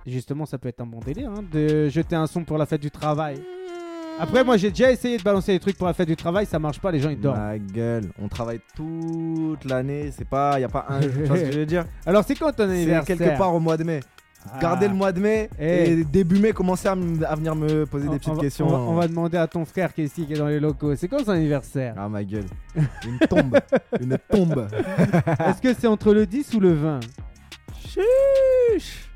Justement, ça peut être un bon délire hein, de jeter un son pour la fête du travail. Après, moi, j'ai déjà essayé de balancer des trucs pour la fête du travail, ça marche pas, les gens ils dorment. Ma gueule, on travaille toute l'année, c'est pas, y a pas un jour, tu vois ce que je veux dire Alors, c'est quand ton C'est anniversaire quelque part au mois de mai. Ah. Gardez le mois de mai Eh. et début mai, commencez à, m- à venir me poser On- des on petites va- questions. hein. On va, on va demander à ton frère qui est ici, qui est dans les locaux. C'est quand son anniversaire Ah ma gueule, une tombe, une tombe. Ah. Est-ce que c'est entre le 10 ou le 20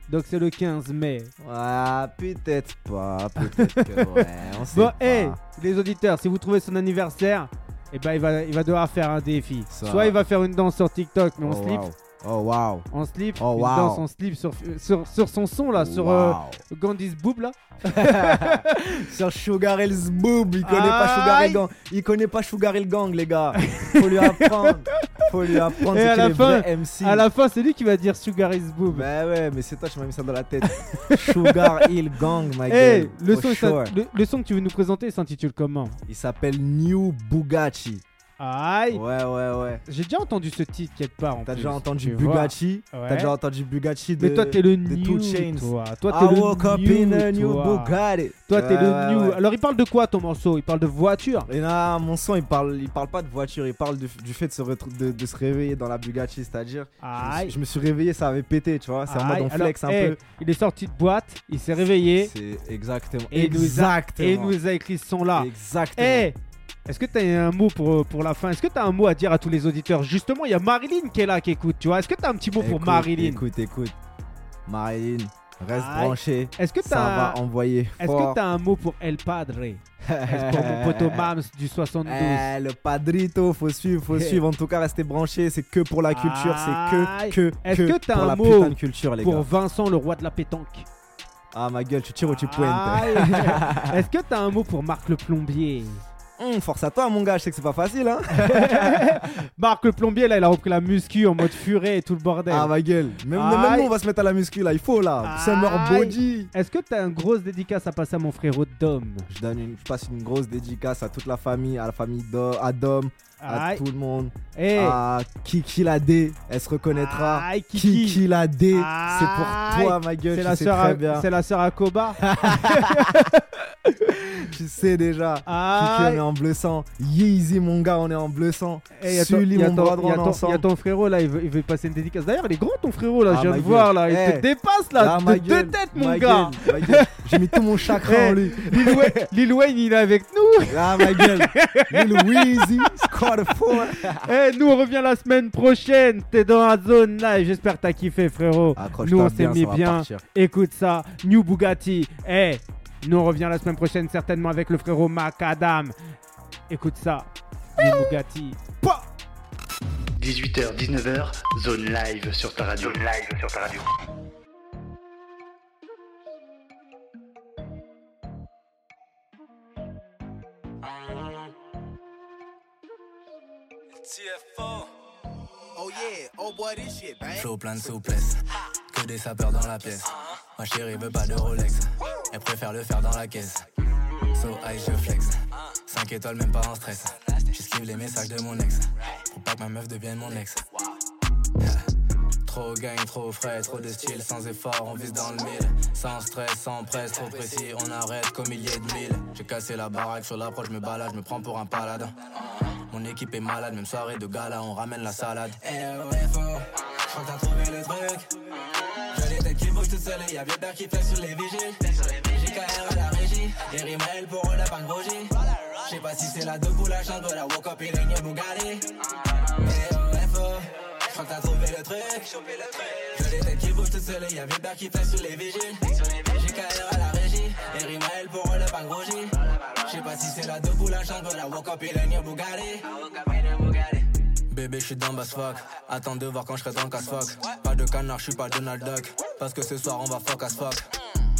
Donc, c'est le 15 mai. Ah peut-être pas, peut-être que ouais, on sait Bon, pas. hey, les auditeurs, si vous trouvez son anniversaire, eh ben, il, va, il va devoir faire un défi. Ça. Soit il va faire une danse sur TikTok, mais on oh, slip. waouh. Oh waouh. On slip. Oh, une wow. danse en slip sur, sur, sur son son, là, sur euh, Waouh. Gandhi's Boob, là. Sur Sugar Hill's Boob, il connaît pas Aïe. Sugar Hill Gang. Il connaît pas Sugar Hill Gang, les gars. Faut lui apprendre. Faut lui apprendre. Et c'est à qui la les fin- vrais MC. À la fin, c'est lui qui va dire Sugar is Boob. Bah ouais, mais c'est toi, tu m'as mis ça dans la tête. Sugar Hill Gang, my Hey, guy. Eh, le, For son, il s'in- sure. le, le son que tu veux nous présenter il s'intitule comment Il s'appelle New Bugatti. Aïe Ouais, ouais, ouais. J'ai déjà entendu ce titre quelque part en T'as plus, déjà entendu tu vois. Bugatti Ouais. T'as déjà entendu Bugatti de. Mais toi, t'es le de new. Two Chainz. Toi, toi t'es I le woke up new, in a new toi. Bugatti. Toi, t'es le Ouais, new. ouais, ouais. Alors, il parle de quoi ton morceau Il parle de voiture. Et là, mon son, il parle, il parle pas de voiture, il parle du, du fait de se, retrou- de, de se réveiller dans la Bugatti, c'est-à-dire. je me Aïe suis- Je me suis réveillé, ça avait pété, tu vois. Ah, C'est en mode on Aïe. Alors, flex un hey, peu. Il est sorti de boîte, il s'est réveillé C'est exactement. Et nous a- exactement. et il nous a écrit ce son-là. Eh, Exactement. est-ce que tu as un mot pour, euh, pour la fin Est-ce que tu as un mot à dire à tous les auditeurs Justement, il y a Marilyn qui est là, qui écoute, tu vois. Est-ce que tu as un petit mot pour Écoute, Marilyn Écoute, écoute. Marilyn, reste Aïe. branché. Est-ce que tu Ça as, va envoyer est-ce que fort. t'as un mot pour El Padre Est-ce Pour mon pote Mams du 72. Eh, le padrito, faut suivre, faut Eh. suivre. En tout cas, restez branchés. C'est que pour la culture, Aïe. c'est que, que, Est-ce que t'as pour un la mot putain de culture, les pour gars. Vincent, le roi de la pétanque. Ah ma gueule, tu tires ou tu pointes. Aïe. Est-ce que tu as un mot pour Marc le plombier Hum, force à toi, mon gars. Je sais que c'est pas facile, hein. Marc le plombier, là, il a repris la muscu en mode furet et tout le bordel. Ah ma gueule. Même, même Ben. Aïe. nous, on va se mettre à la muscu là. Il faut là. Aïe. Summer body. Est-ce que t'as une grosse dédicace à passer à mon frérot Dom Je, donne une, je passe une grosse dédicace à toute la famille, à la famille d'O- à Dom, à Aïe. tout le monde, Eh. à Kiki la D, elle se reconnaîtra. Aïe, Kiki. Kiki. la D, c'est Aïe. pour toi ma gueule, Ah, C'est tu la sais sœur très à- bien, c'est la sœur à Koba. tu sais déjà. Kiki on est Aïe. en bleu sang, Yeezy mon gars on est en bleu sang, Eh, y a ton- Sully y a mon ton- bras y droit on a est ton- y a ensemble. ton frérot là, il veut, il veut passer une dédicace. D'ailleurs, il est grand ton frérot là, Ah, je viens ma de gueule. voir là. Il Eh. te dépasse là, Là, de ma deux gueule, têtes mon ma gars. gueule, ma gueule. J'ai mis tout mon chakra en Eh. lui. Lil Wayne, Lil Wayne, il est avec nous. Ah ma gueule, Lil Weezy, Squad 4. Eh, nous on revient la semaine prochaine. T'es dans la zone là. et J'espère que t'as kiffé frérot. nous Accroche-toi on s'est bien, mis ça va bien. partir. Écoute ça, New Bugatti. Eh, nous on revient la semaine prochaine certainement avec le frérot Macadam. Écoute ça, New Bugatti. 18h, 19h, zone live sur ta radio. Zone live sur ta radio. TFO. Oh yeah, oh boy, this shit, bang. Flow plein de souplesse, que des sapeurs dans la pièce. Ma chérie veut pas de Rolex, elle préfère le faire dans la caisse. So high, je flex. 5 étoiles, même pas en stress. J'esquive les messages de mon ex, pour pas que ma meuf devienne mon ex. Trop gain, trop frais, trop de style, sans effort, on vise dans le mille. Sans stress, sans presse, trop précis, on arrête comme il y a de mille. J'ai cassé la baraque sur l'approche, je me balade, je me prends pour un paladin. Mon équipe est malade, même soirée de gala, on ramène la salade. Eh ouais, faut, je crois que t'as trouvé le truc. J'ai les têtes qui bougent toutes seules, et y'a Bieber qui fait sur les vigiles. JKR à la régie, et Rimmel pour la banque Roger. J'sais pas si c'est la dope ou la chambre, la woke up, il est Bugatti. Eh ouais, faut, je crois que t'as trouvé le truc. J'ai les têtes qui bougent toutes seules, et y'a Bieber qui fait sur les vigiles. JKR à la régie, et Rimmel pour la banque Roger. J'sais pas si c'est la dope ou la chambre, la woke up, il est Bugatti. Bébé, je suis dans Basfuck. Attends de voir quand je serai dans Casfuck. Pas de canard, je suis pas Donald Duck. Parce que ce soir, on va fuck as fuck.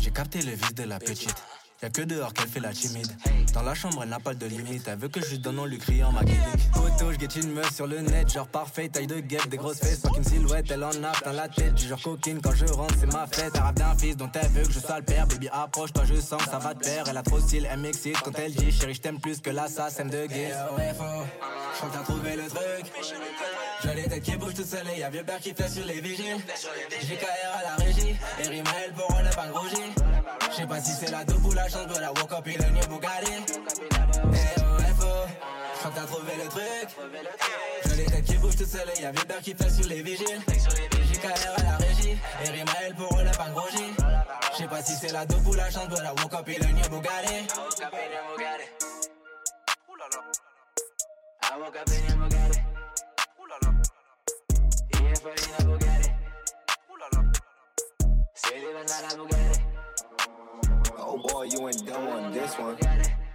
J'ai capté le vice de la petite. Y'a que dehors qu'elle fait la timide. Dans la chambre, elle n'a pas de limite. Elle veut que je lui donne en lui criant ma guédique. Photo, je guette une meuf sur le net. Genre parfait, taille de guêpe, des grosses fesses. Sans qu'une silhouette, elle en a dans la tête. Genre coquine, quand je rentre, c'est ma fête. Arabe d'un fils dont elle veut que je sois le père. Baby, approche-toi, je sens que ça va te plaire. Elle a trop de style, elle m'excite quand elle dit Chérie, je t'aime plus que l'assassin de gué. Eh, Je crois que t'as trouvé le truc. J'ai les têtes qui bougent tout seul et y'a vieux père qui fait sur les vigiles. JKR à la régie, et Rimmel pour le pas rougi. Je sais pas si c'est la dope ou la chance, de la woke up, il est mieux Bugatti. Eh ouais, faut, je crois que t'as trouvé le truc. J'ai les têtes qui bougent tout seul et y'a vieux père qui fait sur les vigiles. JKR à la régie, et Rimmel pour le pas rougi. Je sais pas si c'est la dope ou la chance, de la woke up, il est mieux Bugatti. I woke up in a Bugatti. Ooh la la. EFO in a Bugatti. Ooh la la. Say living like a Bugatti. Oh boy, you ain't done on this one. Bugatti.